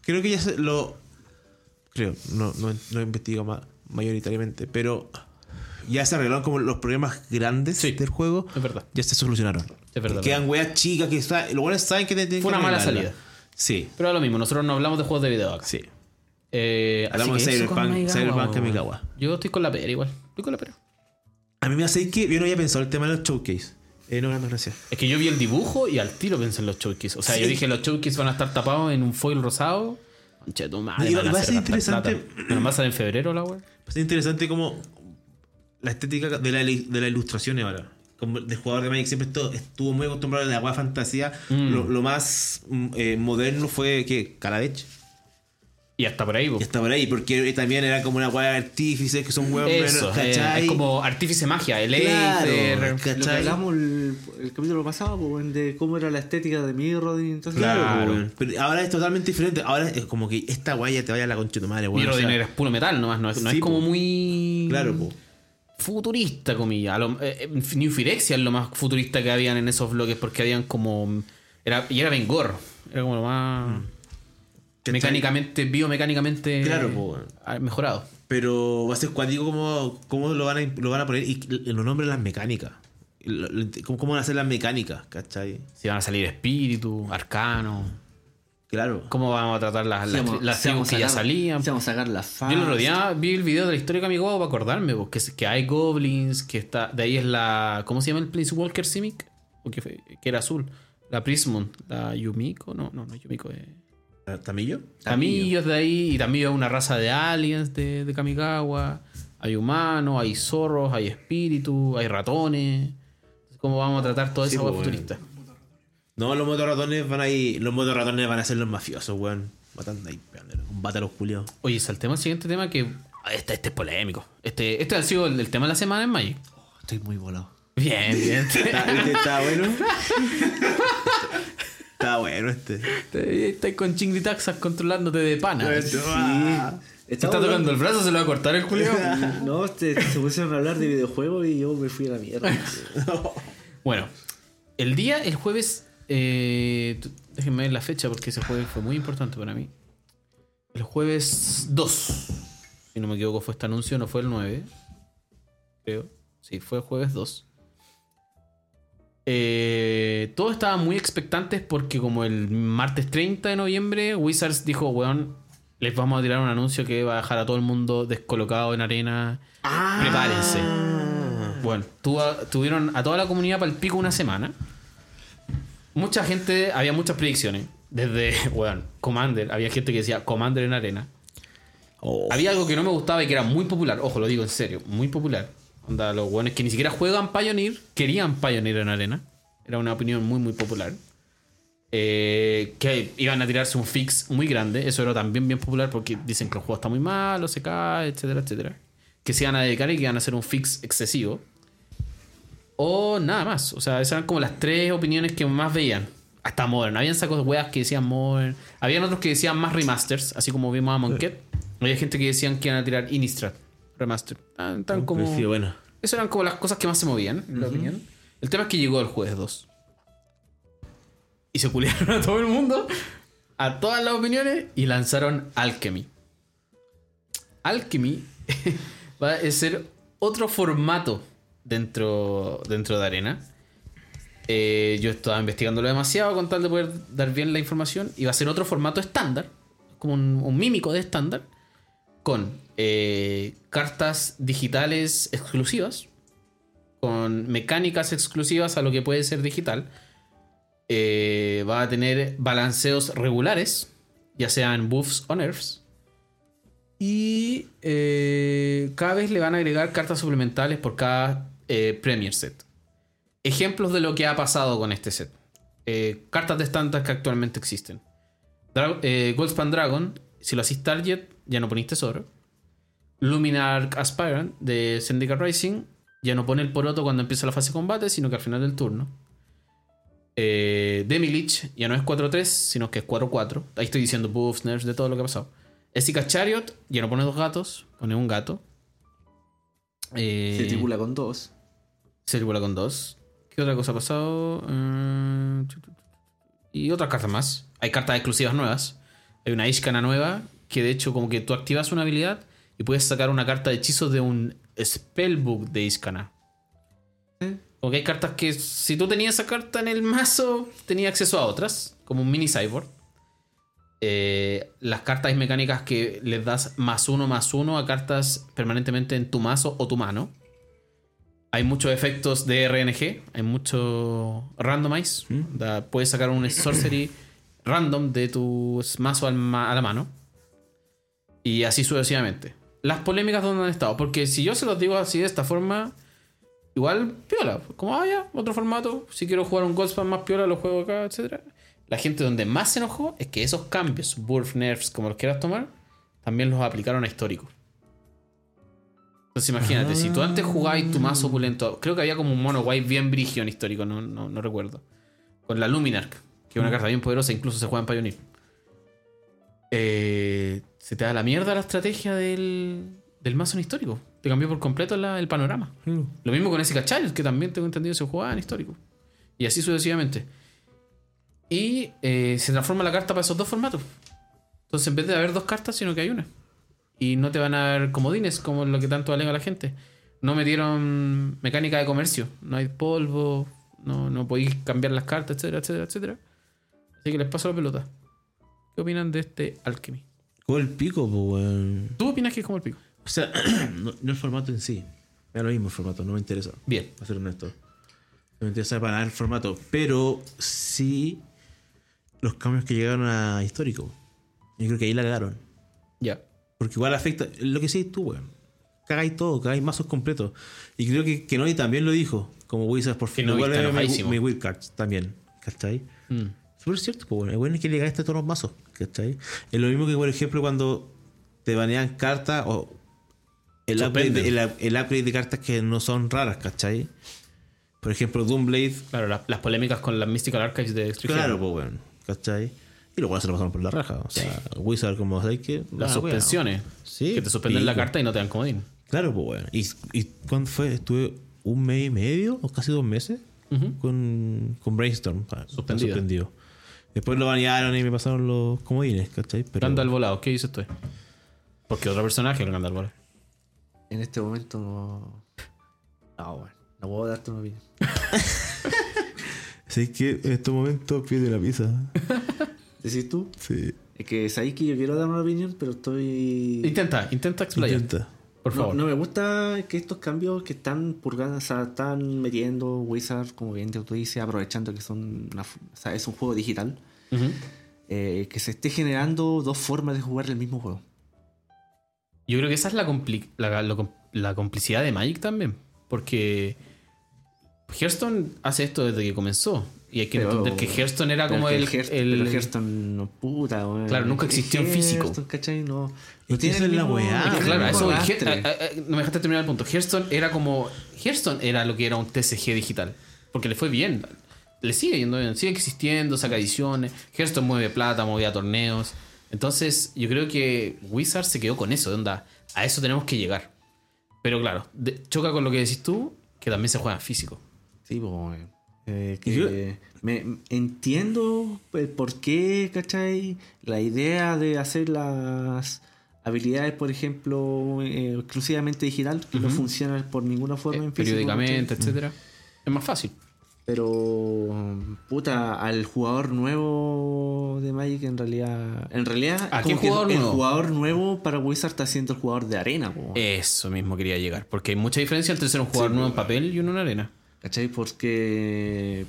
Speaker 2: creo que ya se- lo creo, no, no, no investigo ma- mayoritariamente, pero ya se arreglaron como los problemas grandes
Speaker 1: Sí.
Speaker 2: del juego.
Speaker 1: Es verdad.
Speaker 2: Ya se solucionaron.
Speaker 1: Es verdad.
Speaker 2: Quedan weas chicas que sa- los buenos saben que tienen
Speaker 1: Fue
Speaker 2: que
Speaker 1: una mala
Speaker 2: arreglarla.
Speaker 1: salida.
Speaker 2: Sí,
Speaker 1: Pero es lo mismo, nosotros no hablamos de juegos de video acá.
Speaker 2: sí.
Speaker 1: Eh, así
Speaker 2: Hablamos
Speaker 1: que
Speaker 2: de
Speaker 1: eso con
Speaker 2: Cyberpunk-
Speaker 1: Kamigawa,
Speaker 2: Cyberpunk
Speaker 1: weón.
Speaker 2: Kamigawa.
Speaker 1: Yo estoy con la pera igual. Estoy con la pera.
Speaker 2: A mí me hace que yo no había pensado el tema de los showcase. Eh, no, no, gracias.
Speaker 1: Es que yo vi el dibujo y al tiro pensé en los showcase. O sea,
Speaker 2: Sí.
Speaker 1: yo dije los showcase van a estar tapados en un foil rosado. Conche tu madre,
Speaker 2: Y va-
Speaker 1: van
Speaker 2: va a
Speaker 1: hacer
Speaker 2: ser
Speaker 1: gastar
Speaker 2: interesante.
Speaker 1: plata. Pero más sale en febrero la web.
Speaker 2: Pues Es interesante como la estética de la, de la ilustración ahora. Como de jugador de Magic siempre estu- estuvo muy acostumbrado a la agua mm, fantasía. Lo, lo más mm, eh, moderno fue que Kaladech.
Speaker 1: Y hasta por ahí, pues. po.
Speaker 2: Y hasta por ahí, porque eh, también era como una weá de artífices que son huevos
Speaker 1: Eso, eh, es como artífice magia, el
Speaker 2: Claro,
Speaker 1: Aether.
Speaker 2: ¿cachai?
Speaker 4: Lo que hablamos el, el capítulo pasado, po, weón, de cómo era la estética de Mirrodin. Entonces,
Speaker 2: Claro,
Speaker 1: Claro.
Speaker 2: weón. Pero ahora es totalmente diferente. Ahora es como que esta weá ya te vaya a la concha de tu madre, weón.
Speaker 1: Miro
Speaker 2: O sea,
Speaker 1: dinero es puro metal nomás, no es, no
Speaker 2: Sí,
Speaker 1: es como
Speaker 2: po.
Speaker 1: muy.
Speaker 2: Claro, po.
Speaker 1: Futurista, comillas. A lo- eh, eh, New Phyrexia es lo más futurista que habían en esos bloques porque habían como. Era, y era Bengor. Era como lo más.
Speaker 2: Mm. ¿Cachai?
Speaker 1: Mecánicamente, biomecánicamente.
Speaker 2: Claro, po, weón.
Speaker 1: ah, Mejorado.
Speaker 2: Pero va a ser cuático cómo, cómo lo, van a, lo van a poner y l- los nombres de las mecánicas. Lo- lo- ¿Cómo, cómo van a hacer las mecánicas? ¿Cachai?
Speaker 1: Si van a salir espíritu, arcano.
Speaker 2: Claro.
Speaker 1: ¿Cómo vamos a tratar las, las,
Speaker 4: vamos-
Speaker 1: las
Speaker 4: se vamos
Speaker 1: tribus que
Speaker 4: a
Speaker 1: ya
Speaker 4: sacar-
Speaker 1: salían?
Speaker 4: se vamos a sacar la fama.
Speaker 1: Yo el otro día vi el video de la historia que mi guau para acordarme, po, que, es- que hay goblins, que está. De ahí es la. ¿Cómo se llama el Prince Walker Simic? ¿O que, fue- que era azul. La Prismon. La Yumiko. No, no, no Yumiko. Eh.
Speaker 2: ¿Tamillo?
Speaker 1: Tamillo es de ahí. Y también hay una raza de aliens de, de Kamikawa. Hay humanos, hay zorros, hay espíritus, hay ratones. ¿Cómo vamos a tratar toda
Speaker 2: Sí,
Speaker 1: esa
Speaker 2: po,
Speaker 1: hueá
Speaker 2: bueno.
Speaker 1: futurista?
Speaker 2: No, los motorratones van a ir. Los motorratones van a ser los mafiosos, weón. Matando ahí, weón, un bata a los culiados.
Speaker 1: Oye, saltemos al siguiente tema que. ah, Este, este es polémico. Este, este ha sido el, el tema de la semana en Magic.
Speaker 4: Estoy muy volado.
Speaker 1: Bien, bien.
Speaker 2: Está, este está bueno. está bueno este.
Speaker 1: Te- Estás con chinglitaxas controlándote de pana.
Speaker 2: Este, ah.
Speaker 1: Se está tocando el brazo, se lo va a cortar el Julio.
Speaker 4: No, se, se pusieron a hablar de videojuegos y yo me fui a la mierda.
Speaker 1: bueno, el día, el jueves. eh, tu- déjenme ver la fecha porque ese jueves fue muy importante para mí. El jueves 2. Si no me equivoco, fue este anuncio, no fue el 9. Creo. Sí, fue el jueves 2. Eh, todos estaban muy expectantes porque como el martes 30 de noviembre, Wizards dijo, weón, les vamos a tirar un anuncio que va a dejar a todo el mundo descolocado en arena. Prepárense. Bueno, tuvo- tuvieron a toda la comunidad para el pico una semana. Mucha gente, había muchas predicciones. Desde, weón, Commander. Había gente que decía Commander en arena.
Speaker 2: Oh.
Speaker 1: Había algo que no me gustaba y que era muy popular. Ojo, lo digo en serio, muy popular. Onda, los buenos que ni siquiera juegan Pioneer, querían Pioneer en arena. Era una opinión muy, muy popular. Eh, que iban a tirarse un fix muy grande. Eso era también bien popular porque dicen que el juego está muy malo, se cae, etcétera, etcétera. Que se iban a dedicar y que iban a hacer un fix excesivo. O nada más. O sea, esas eran como las tres opiniones que más veían. Hasta Modern. Habían sacos de weas que decían Modern. Habían otros que decían más remasters, así como vimos a Monket. Había gente que decían que iban a tirar Innistrad remaster. Tan, tan como...
Speaker 2: Sí, bueno.
Speaker 1: Esas eran como las cosas que más se movían, en la opinión. El tema es que llegó el jueves 2. Y se culiaron a todo el mundo, a todas las opiniones, y lanzaron Alchemy. Alchemy va a ser otro formato dentro, dentro de Arena. Eh, yo estaba investigándolo demasiado con tal de poder dar bien la información. Y va a ser otro formato estándar, como un, un mímico de estándar, con eh, cartas digitales exclusivas, con mecánicas exclusivas a lo que puede ser digital. Eh, va a tener balanceos regulares, ya sean buffs o nerfs. Y eh, cada vez le van a agregar cartas suplementales por cada eh, Premier set. Ejemplos de lo que ha pasado con este set. Eh, cartas de estándar que actualmente existen. Dra- eh, Goldspan Dragon, si lo haces Target, ya no ponéis tesoro. Luminar Aspirant de Syndicate Racing, ya no pone el poroto cuando empieza la fase de combate, sino que al final del turno. Eh, Demilich ya no es 4-3, sino que es 4-4. Ahí estoy diciendo buffs, nerfs, de todo lo que ha pasado. Estica Chariot ya no pone dos gatos, pone un gato. Eh,
Speaker 4: Se tripula con dos.
Speaker 1: se tripula con dos. ¿Qué otra cosa ha pasado? Mm, chu, chu, chu. Y otras cartas más. Hay cartas exclusivas nuevas. Hay una Ishkana nueva que de hecho como que tú activas una habilidad y puedes sacar una carta de hechizos de un spellbook de Ishkana. Como que hay cartas que si tú tenías esa carta en el mazo, tenías acceso a otras, como un mini cyborg. Eh, las cartas y mecánicas que les das más uno, más uno a cartas permanentemente en tu mazo o tu mano. Hay muchos efectos de RNG, hay mucho randomize. Da- puedes sacar un sorcery random de tu mazo al ma- a la mano. Y así sucesivamente. Las polémicas donde han estado. Porque si yo se los digo así de esta forma, igual piola. Como, ah, ya, otro formato. Si quiero jugar un Goldspan más piola, lo juego acá, etc. La gente donde más se enojó es que esos cambios, Burf, Nerfs, como los quieras tomar, también los aplicaron a histórico. Entonces imagínate, si tú antes jugabas tu más opulento, creo que había como un mono guay bien brigio en histórico, no, no, no recuerdo. Con la Luminarch, que es una carta bien poderosa, incluso se juega en Pioneer. Eh, se te da la mierda la estrategia del, del mazo en histórico. Te cambió por completo la- el panorama. Lo mismo con ese Cachayos, que también tengo entendido se jugaba en histórico. Y así sucesivamente. Y eh, se transforma la carta para esos dos formatos. Entonces, en vez de haber dos cartas, sino que hay una. Y no te van a dar comodines, como lo que tanto alega la gente. No metieron mecánica de comercio. No hay polvo, no, no podéis cambiar las cartas, etcétera, etcétera, etcétera. Así que les paso la pelota. ¿Qué opinan de este Alchemy?
Speaker 2: Como el pico, pues, weón.
Speaker 1: ¿Tú opinas que es como el pico?
Speaker 2: O sea, no, no el formato en sí. Es lo mismo el formato, no me interesa.
Speaker 1: Bien.
Speaker 2: a ser honesto. No me interesa para nada el formato. Pero sí los cambios que llegaron a histórico. Yo creo que ahí la cagaron.
Speaker 1: Ya.
Speaker 2: Porque igual afecta. Lo que sí tú, weón. Cagáis todo, cagáis mazos completos. Y creo que Kenobi también lo dijo. Como Wizards por fin.
Speaker 1: Kenobi
Speaker 2: Igual
Speaker 1: está
Speaker 2: es mi,
Speaker 1: enojadísimo.
Speaker 2: mi wildcards también. ¿Cachai?
Speaker 1: Mm.
Speaker 2: Súper cierto, pues bueno. El bueno es que le ganaste a todos los mazos, ¿cachai? Es lo mismo que, por ejemplo, cuando te banean cartas o el upgrade,
Speaker 1: Suspenden.
Speaker 2: de, el, up- el upgrade de cartas que no son raras, ¿cachai? Por ejemplo, Doomblade.
Speaker 1: Claro, la- las polémicas con las Mystical Archives de Extreme.
Speaker 2: Claro, pues bueno, ¿cachai? Y luego se lo pasaron por la raja. O sea, Wizard, como sabéis que.
Speaker 1: Las
Speaker 2: la wea, ¿no?
Speaker 1: suspensiones.
Speaker 2: Ah, Sí,
Speaker 1: Que te suspenden
Speaker 2: pico.
Speaker 1: la carta y no te dan comodín.
Speaker 2: Claro, pues bueno. ¿Y, y cuándo fue? Estuve un mes y medio o casi dos meses
Speaker 1: Ujú.
Speaker 2: con, con Brainstorm. Ah,
Speaker 1: Suspendido.
Speaker 2: suspendido. Después lo banearon y me pasaron los comodines, ¿cachai? Pero,
Speaker 1: Gandalf volado, ¿qué dices tú? Porque otro personaje es el Gandalf volado.
Speaker 4: En este momento no. No, bueno. No puedo darte una opinión.
Speaker 2: Sí, que en estos momentos pide la pizza.
Speaker 4: Decís tú,
Speaker 2: Sí.
Speaker 4: es que sabéis que yo quiero dar una opinión, pero estoy.
Speaker 1: Intenta, intenta explayar.
Speaker 2: Intenta.
Speaker 1: Por
Speaker 4: No,
Speaker 1: favor.
Speaker 4: no me gusta que estos cambios que están purgando, o sea, están metiendo Wizard, como bien tú dices, aprovechando que son una f- o sea, es un juego digital,
Speaker 1: Ujú.
Speaker 4: eh, que se esté generando dos formas de jugar el mismo juego.
Speaker 1: Yo creo que esa es la, compli- la, lo com- la complicidad de Magic también. Porque Hearthstone hace esto desde que comenzó. Y hay que
Speaker 4: Pero-
Speaker 1: entender que Hearthstone era
Speaker 4: Pero
Speaker 1: Ah, como
Speaker 4: que
Speaker 1: el.
Speaker 4: Hearth-
Speaker 1: el-
Speaker 4: pero Hearthstone, no puta, weón.
Speaker 1: Claro, nunca existió en físico.
Speaker 4: Hearthstone, ¿cachai? No.
Speaker 2: que esa
Speaker 4: el
Speaker 2: es la
Speaker 4: mismo-
Speaker 2: weá.
Speaker 4: no tiene el
Speaker 1: Ah, Claro, a
Speaker 4: mismo
Speaker 1: eso voy.
Speaker 4: rastre.
Speaker 1: Hear- a- a- a- no me dejaste terminar el punto. Hearthstone era como. Hearthstone era lo que era un TCG digital. Porque le fue bien. Le sigue yendo bien. Sigue existiendo, saca ediciones. Hearthstone mueve plata, movía torneos. Entonces, yo creo que Wizard se quedó con eso. De onda, a eso tenemos que llegar. Pero claro, de- choca con lo que decís tú, que también se juega en físico.
Speaker 4: Sí, pues, weón. Eh,
Speaker 2: Y yo-
Speaker 4: que me, entiendo el por qué, ¿cachai? La idea de hacer las habilidades, por ejemplo, eh, exclusivamente digital, que no funcionan por ninguna forma
Speaker 1: eh,
Speaker 4: en físico.
Speaker 1: periódicamente,
Speaker 4: ¿cachai?
Speaker 1: etcétera. Es más fácil.
Speaker 4: Pero, puta, al jugador nuevo de Magic, en realidad. En realidad,
Speaker 1: ¿A
Speaker 4: como
Speaker 1: qué
Speaker 4: que
Speaker 1: jugador
Speaker 4: el
Speaker 1: nuevo? Eh.
Speaker 4: jugador nuevo para Wizard está siendo el jugador de arena, po,
Speaker 1: Eso mismo quería llegar. Porque hay mucha diferencia entre ser un jugador nuevo en papel y uno en arena.
Speaker 4: ¿Cachai? Porque.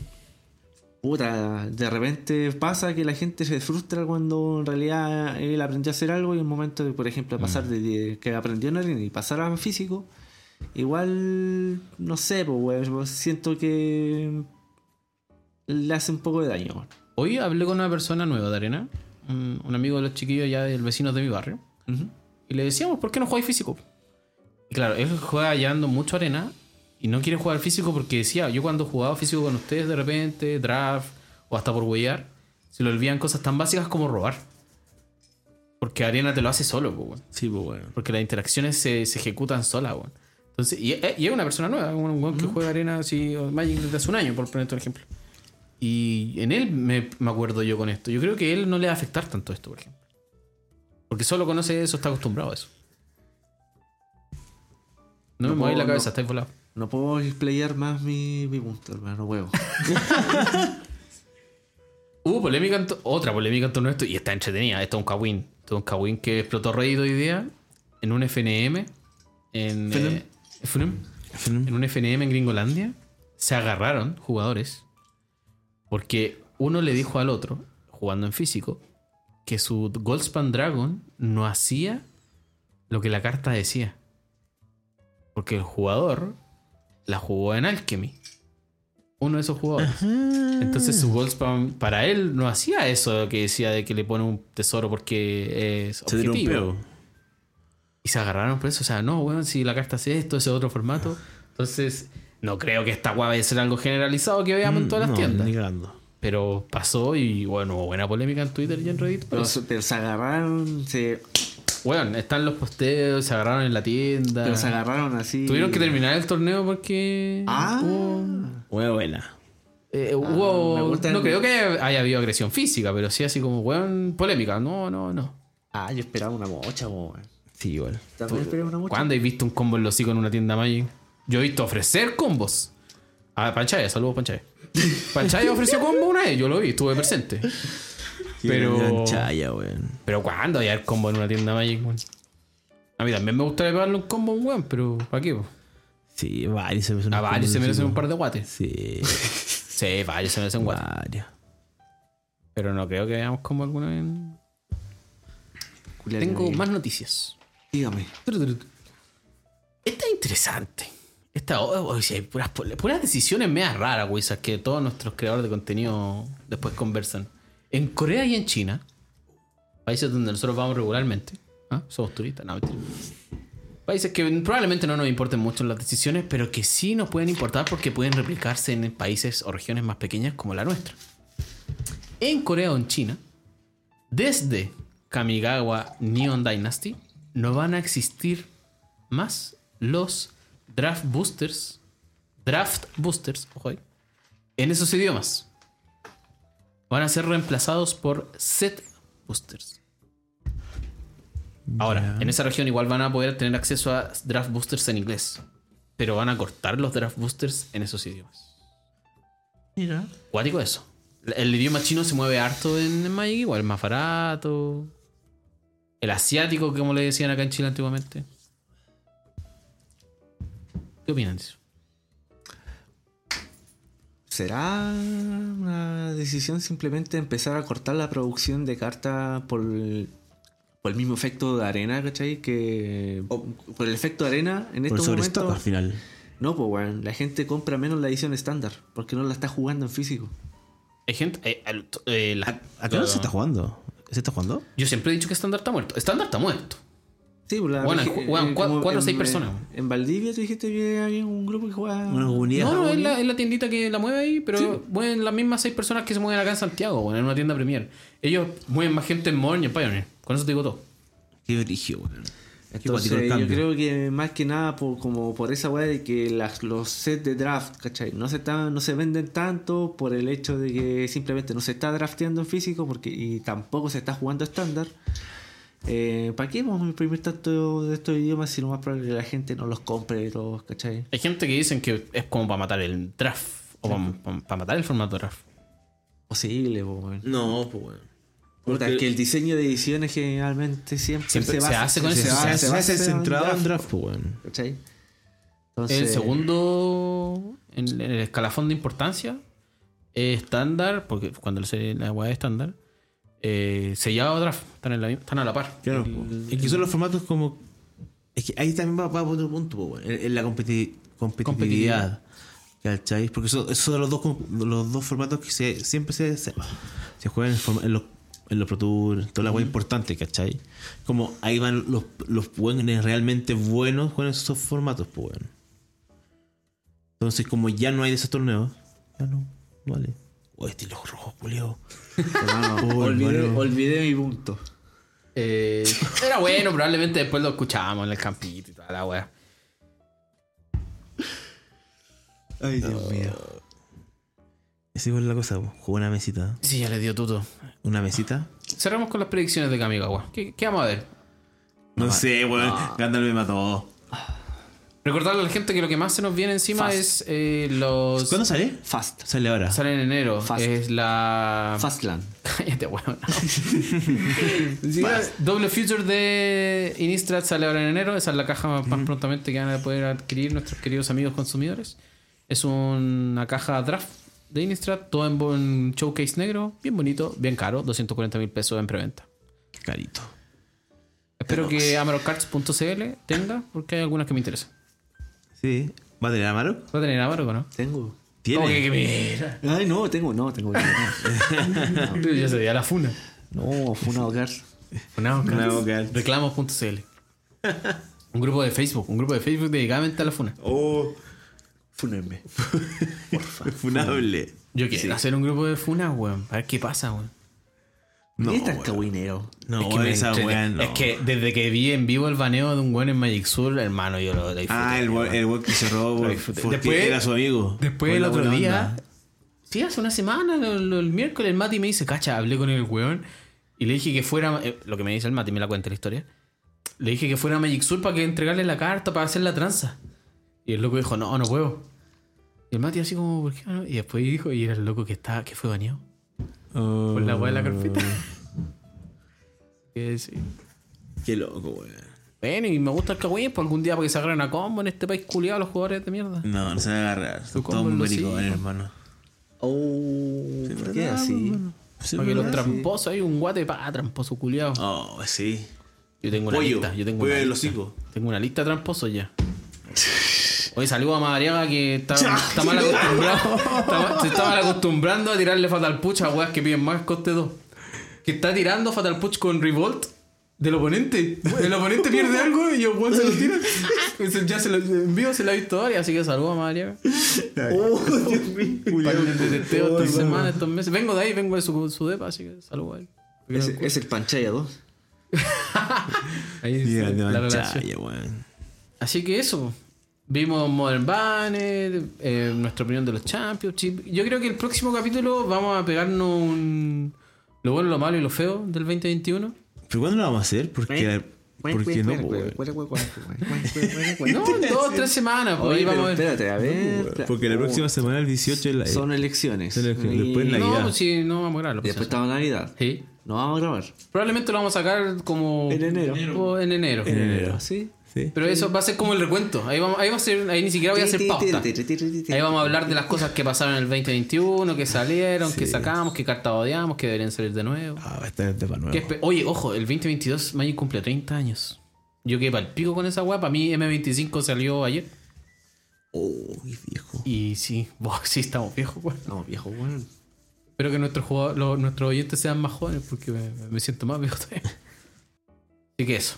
Speaker 4: Puta, de repente pasa que la gente se frustra cuando en realidad él aprendió a hacer algo y en el momento de, por
Speaker 1: Mm.
Speaker 4: ejemplo, pasar de, de que aprendió en arena y pasar a físico, igual, no sé, pues, weón, yo siento que le hace un poco de daño. weón.
Speaker 1: Hoy hablé con una persona nueva de Arena, un, un amigo de los chiquillos ya del vecino de mi barrio, y le decíamos, ¿por qué no jugáis físico? Y claro, él juega llevando mucho Arena y no quiere jugar físico porque decía, yo cuando jugaba físico con ustedes de repente, draft o hasta por huellar, se le olvidan cosas tan básicas como robar. Porque Arena te lo hace solo, po, weón.
Speaker 2: Sí, pues bueno.
Speaker 1: porque las interacciones se, se ejecutan solas, weón. Entonces, y, eh, y es una persona nueva, un weón que juega arena así, o Magic desde hace un año, por poner un ejemplo. Y en él me, me acuerdo yo con esto. Yo creo que él no le va a afectar tanto esto, por ejemplo. Porque solo conoce eso, está acostumbrado a eso. No,
Speaker 4: No
Speaker 1: me mováis la
Speaker 4: puedo,
Speaker 1: cabeza,
Speaker 4: no.
Speaker 1: estáis volado.
Speaker 4: No puedo explayar más mi, mi punto, hermano, no puedo.
Speaker 1: Hubo polémica, en to- otra polémica en torno a esto, y está entretenida. Esto es un Kawin. Esto es un Kawin que explotó Reddit hoy día en un FNM. En,
Speaker 4: FNM.
Speaker 1: eh, FNM. en un FNM en Gringolandia, se agarraron jugadores porque uno le dijo al otro, jugando en físico, que su Goldspan Dragon no hacía lo que la carta decía. Porque el jugador la jugó en Alchemy. Uno de esos jugadores.
Speaker 2: Ah.
Speaker 1: Entonces su Goldspan para él no hacía eso que decía de que le pone un tesoro porque es
Speaker 2: Se dieron un
Speaker 1: objetivo.
Speaker 2: peo.
Speaker 1: Y se agarraron por eso. O sea, no, weón, si la carta hace esto, ese otro formato. Entonces, no creo que esta weá vaya a ser algo generalizado que veamos
Speaker 4: Mm,
Speaker 1: en todas
Speaker 2: No,
Speaker 1: las tiendas.
Speaker 2: Ni cagando.
Speaker 1: Pero pasó y bueno, hubo buena polémica en Twitter y en Reddit. por
Speaker 4: Pero,
Speaker 1: eso.
Speaker 4: se- pero se agarraron, se,
Speaker 1: Bueno, están los posteos, se agarraron en la tienda.
Speaker 4: pero se agarraron así.
Speaker 1: Ah. Tuvieron que terminar el torneo porque
Speaker 4: Ah.
Speaker 1: hubo,
Speaker 2: Buena, buena.
Speaker 1: eh, hubo-
Speaker 4: me gustan-
Speaker 1: no creo que haya, haya habido agresión física, pero sí así como weón, polémica. No, no, no.
Speaker 4: Ah, yo esperaba una mocha, weón.
Speaker 2: Sí, igual.
Speaker 1: Pues,
Speaker 4: También esperaba una mocha.
Speaker 1: ¿Cuándo has visto un combo en los hocico en una tienda Magic? Yo he visto ofrecer combos. A Panchaya, saludos Panchaya. Panchaya ofreció combo una vez, yo lo vi, estuve presente. Pero- Ah,
Speaker 2: Gran Chaya, weón.
Speaker 1: Pero ¿cuándo hay combo en una tienda Magic, weón? A mí también me gustaría pagarle un combo a un weón, pero ¿para qué? po?
Speaker 2: Sí, varios se merecen
Speaker 1: A
Speaker 2: unos
Speaker 1: Ah, varios se
Speaker 2: combos,
Speaker 1: merecen
Speaker 2: sí,
Speaker 1: un par de guates.
Speaker 2: Sí,
Speaker 1: Sí, varios se merecen guates.
Speaker 2: varios.
Speaker 1: Pero no creo que veamos combo alguna vez. en-
Speaker 4: Culiar,
Speaker 1: Tengo
Speaker 4: eh,
Speaker 1: más noticias.
Speaker 4: Dígame.
Speaker 1: Esta es interesante. Esta, oh, oh, sí, hay puras, puras decisiones medias raras, güey, esas que todos nuestros creadores de contenido después conversan. En Corea y en China, países donde nosotros vamos regularmente, ¿ah? somos turistas, no, mentira. Países que probablemente no nos importen mucho las decisiones, pero que sí nos pueden importar porque pueden replicarse en países o regiones más pequeñas como la nuestra. En Corea o en China, desde Kamigawa Neon Dynasty no van a existir más los draft boosters, draft boosters, ojo ahí, en esos idiomas. Van a ser reemplazados por set boosters. Ahora, en esa región igual van a poder tener acceso a draft boosters en inglés, pero van a cortar los draft boosters en esos idiomas.
Speaker 2: Mira.
Speaker 1: Cuático eso. El idioma chino se mueve harto en, en Magic, igual es más barato. El asiático, como le decían acá en Chile antiguamente. ¿Qué opinan de eso?
Speaker 4: ¿Será una decisión simplemente empezar a cortar la producción de cartas por, el- por el mismo efecto de arena, ¿cachai? Que, por el efecto de arena
Speaker 1: este
Speaker 4: en
Speaker 2: Por
Speaker 4: estos
Speaker 2: sobrestock al
Speaker 4: momentos...
Speaker 2: final.
Speaker 4: No, pues, weón. La gente compra menos la edición estándar porque no la está jugando en físico.
Speaker 1: Hay gente. eh, al- to- eh, la-
Speaker 2: Acá no se está jugando. ¿Se está jugando?
Speaker 1: Yo siempre he dicho que estándar está muerto. Estándar está muerto.
Speaker 4: Sí, pues, la
Speaker 1: Bueno,
Speaker 4: regi-
Speaker 1: ju- weón, cua-
Speaker 4: como
Speaker 1: cuatro o
Speaker 4: en-
Speaker 1: seis personas.
Speaker 4: En Valdivia tú dijiste que había un grupo que jugaba...
Speaker 2: Una comunidad.
Speaker 1: No, no, es la, es la tiendita que la mueve ahí, pero mueven las mismas seis personas que se mueven acá en Santiago, bueno, en una tienda Premier. Ellos mueven más gente en Modern y en Pioneer. Con eso te digo todo.
Speaker 2: Qué brillo, weón. Qué
Speaker 4: Entonces,
Speaker 2: cuático el
Speaker 4: yo
Speaker 2: cambio.
Speaker 4: creo que más que nada por, como por esa weá de que las, los sets de draft, ¿cachai? No se, están, no se venden tanto por el hecho de que simplemente no se está drafteando en físico porque y tampoco se está jugando estándar. Eh, ¿Para qué vamos a imprimir tanto de estos idiomas si lo más probable es que la gente no los compre todos, ¿cachai?
Speaker 1: Hay gente que dicen que es como para matar el draft. O para, para matar el formato draft.
Speaker 4: Posible, po, weón.
Speaker 2: No, pues weón.
Speaker 4: Puta, es que el diseño de ediciones generalmente siempre,
Speaker 1: Siempre se
Speaker 4: basa-
Speaker 1: hace con
Speaker 2: Se,
Speaker 1: Se va-
Speaker 2: hace,
Speaker 1: se
Speaker 4: basa en
Speaker 2: centrado en
Speaker 4: draft,
Speaker 2: draft, pues weón.
Speaker 4: ¿cachai?
Speaker 1: En el
Speaker 4: Entonces-
Speaker 1: segundo, en, en el escalafón de importancia, eh, estándar, porque cuando se la weá es estándar, eh, sellado draft, están, en la, misma- están a la par.
Speaker 2: Claro, po. es que son los formatos como. Es que ahí también va, va a poner un punto, po, en, en la competi- competitividad. ¿Cachai? Porque eso- esos son los dos, com- los dos formatos que se, siempre se, se, se juegan en, forma- en los, en los Pro Tour, toda la web importante, ¿cachai? Como ahí van los, los buenos, realmente buenos, juegan esos formatos, pues, weón. Entonces, como ya no hay de esos torneos, ya no, no vale. O estilo rojo, culeo.
Speaker 4: Hermano,
Speaker 2: Oh,
Speaker 4: olvidé,
Speaker 2: hermano.
Speaker 4: olvidé mi punto.
Speaker 1: Eh, era bueno, probablemente después lo escuchábamos en el campito y toda la weá.
Speaker 2: Ay, Dios mío. Esa igual es la cosa, po. jugó una mesita.
Speaker 1: Sí, ya le dio tuto.
Speaker 2: ¿Una mesita?
Speaker 1: Cerramos con las predicciones de Kamigawa. ¿Qué, qué vamos a ver?
Speaker 2: No sé, weón. Gandalf me mató.
Speaker 1: Recordarle a la gente que lo que más se nos viene encima
Speaker 4: Fast.
Speaker 1: es eh, los.
Speaker 2: ¿Cuándo sale?
Speaker 4: Fast.
Speaker 2: Sale ahora.
Speaker 1: Sale en enero.
Speaker 4: Fast.
Speaker 1: Es la.
Speaker 4: Fastland.
Speaker 1: Cállate, weón. Doble Future de Innistrad sale ahora en enero. Esa es la caja más prontamente que van a poder adquirir nuestros queridos amigos consumidores. Es una caja draft de Innistrad, todo en buen showcase negro, bien bonito, bien caro, 240 mil pesos en preventa.
Speaker 2: Carito.
Speaker 1: Espero que amaroccards.cl tenga, porque hay algunas que me interesan.
Speaker 2: Sí. ¿Va a tener Amaro?
Speaker 1: ¿Va a tener Amarok o no?
Speaker 4: Tengo.
Speaker 1: ¿Cómo
Speaker 2: ¿Tiene?
Speaker 1: que, que mira?
Speaker 4: Ay, no, tengo, no, tengo.
Speaker 1: Ya se veía la funa.
Speaker 4: No, fue una hogar.
Speaker 1: Funao,
Speaker 2: Funao,
Speaker 1: Cards.
Speaker 2: Cards.
Speaker 1: Reclamos.cl Un grupo de Facebook, un grupo de Facebook dedicadamente a la funa.
Speaker 2: Oh,
Speaker 4: Fúnenme.
Speaker 2: funable.
Speaker 1: Yo quiero hacer un grupo de funas, weón. A ver qué pasa, weón.
Speaker 2: No,
Speaker 4: ¿Qué tan
Speaker 2: weón.
Speaker 4: Este cagüinero?
Speaker 2: No,
Speaker 1: es, que
Speaker 2: weón,
Speaker 1: me
Speaker 2: esa
Speaker 1: entreten-
Speaker 2: weá no.
Speaker 1: es que desde que vi en vivo el baneo de un weón en Magic Sur, hermano, yo lo, lo disfruté,
Speaker 2: Ah, el
Speaker 1: weón.
Speaker 2: weón el weón que se robó
Speaker 1: Lo
Speaker 2: weón,
Speaker 1: disfruté.
Speaker 2: porque
Speaker 1: Después-
Speaker 2: era su amigo.
Speaker 1: Después
Speaker 2: Por
Speaker 1: el
Speaker 2: la
Speaker 1: otro
Speaker 2: buena
Speaker 1: día,
Speaker 2: onda.
Speaker 1: sí, hace una semana, lo- lo- el miércoles, el Mati me dice, cacha, hablé con el weón y le dije que fuera, eh, lo que me dice el Mati, me la cuenta la historia. Le dije que fuera a Magic Sur para que entregarle la carta para hacer la tranza. Y el loco dijo, no, no puedo. Y el Mati así como, ¿por qué no? Y después dijo, y era el loco que está, que fue baneado por Pues la weá de la carpeta. Que sí.
Speaker 2: Qué loco, weón.
Speaker 1: Bueno, y me gusta el cagüín, por algún día para que se agarren a combo en este país culiado los jugadores de mierda.
Speaker 2: No, no se van a agarrar. Son
Speaker 1: Tú
Speaker 2: todos muy
Speaker 1: cómo lo sigo.
Speaker 2: maricones, hermano.
Speaker 4: Oh, ¿por qué así?
Speaker 1: Para que los tramposos, hay un guate para tramposo culiado.
Speaker 2: Oh, sí.
Speaker 1: Yo tengo una
Speaker 2: Pollo.
Speaker 1: lista, yo tengo
Speaker 2: Pollo
Speaker 1: una
Speaker 2: del
Speaker 1: lista.
Speaker 2: hocico.
Speaker 1: Tengo una lista de tramposos ya. Hoy saludo a Madariaga que está, está mal acostumbrado. está mal- se está mal acostumbrando a tirarle Fatal Push a weas que piden más coste 2. Que está tirando Fatal Push con Revolt del oponente. El oponente pierde algo y el weón se lo tira. Ese Ya se lo en vivo se lo ha visto varias, así que saludo a Madariaga.
Speaker 2: Oh, Dios mío.
Speaker 1: Para el detesteo estas semanas, este, estos meses. Vengo de ahí, vengo de su, su depa, así que saludo a él.
Speaker 4: Es, es el Panchaya 2.
Speaker 1: Ahí es
Speaker 2: Mira,
Speaker 1: la
Speaker 2: no,
Speaker 1: relación.
Speaker 2: chaya, weón.
Speaker 1: Así que eso. Vimos Modern Banner, eh, nuestra opinión de los Championship. Yo creo que el próximo capítulo vamos a pegarnos un... lo bueno, lo malo y lo feo del 2021.
Speaker 2: ¿Pero cuándo lo vamos a hacer? Porque, porque no, pues, weón.
Speaker 1: No,
Speaker 4: No,
Speaker 1: en dos o tres semanas. Pues, ahí
Speaker 4: Oye,
Speaker 1: vamos
Speaker 4: pero
Speaker 1: a ver.
Speaker 4: espérate, a ver.
Speaker 2: pues, Porque la
Speaker 4: Oh,
Speaker 2: próxima semana, el 18, es la-
Speaker 4: Son elecciones.
Speaker 2: Son elecciones, después
Speaker 4: Y-
Speaker 2: la-
Speaker 1: No,
Speaker 2: Navidad.
Speaker 1: pues sí, no vamos a grabarlo.
Speaker 4: Y después estamos en Navidad.
Speaker 1: Sí.
Speaker 4: No vamos a grabar.
Speaker 1: Probablemente lo vamos a sacar como...
Speaker 4: En enero.
Speaker 1: o en enero.
Speaker 2: en enero.
Speaker 4: ¿Sí?
Speaker 2: Sí.
Speaker 1: Pero eso va a ser como el recuento. Ahí, vamos, ahí, va a ser, ahí ni siquiera voy a hacer pauta. Ahí vamos a hablar de las cosas que pasaron en el 2021, que salieron, que sacamos, que cartas odiamos, que deberían salir de nuevo.
Speaker 2: Ah, va a estar de para nuevo.
Speaker 1: Que espe- Oye, ojo, el 2022 Magic cumple 30 años. Yo quedé pa'l pico con esa weá. Para mí M25 salió ayer.
Speaker 2: Oh, qué viejo.
Speaker 1: Y sí, bo, sí estamos viejos, weón.
Speaker 4: No, viejo, weón.
Speaker 1: Espero que nuestros jugadores- los- nuestros oyentes sean más jóvenes porque me, me siento más viejo todavía. Así que eso.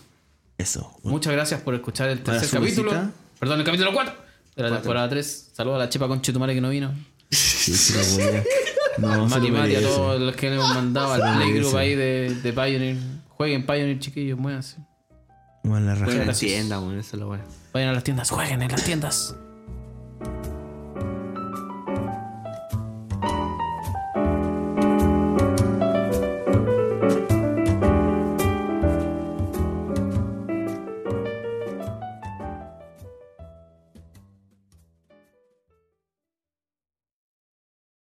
Speaker 2: Eso.
Speaker 1: Muchas gracias por escuchar el
Speaker 2: Para
Speaker 1: tercer
Speaker 2: su
Speaker 1: capítulo.
Speaker 2: visita.
Speaker 1: Perdón, el capítulo 4 de la temporada 3. Saludos a la chepa con Chetumare que no vino.
Speaker 2: Sí, sí, la weá. No, se
Speaker 1: Mati
Speaker 2: lo
Speaker 1: Mati, a
Speaker 2: merece.
Speaker 1: todos los que le hemos mandado
Speaker 2: Se lo
Speaker 1: al playgroup
Speaker 2: merece.
Speaker 1: ahí de, de Pioneer. Jueguen Pioneer, chiquillos, muévanse.
Speaker 2: Bueno, la raja.
Speaker 4: Bueno,
Speaker 1: gracias.
Speaker 4: entienda, weón. Eso es lo bueno.
Speaker 1: Vayan a las tiendas, jueguen en las tiendas.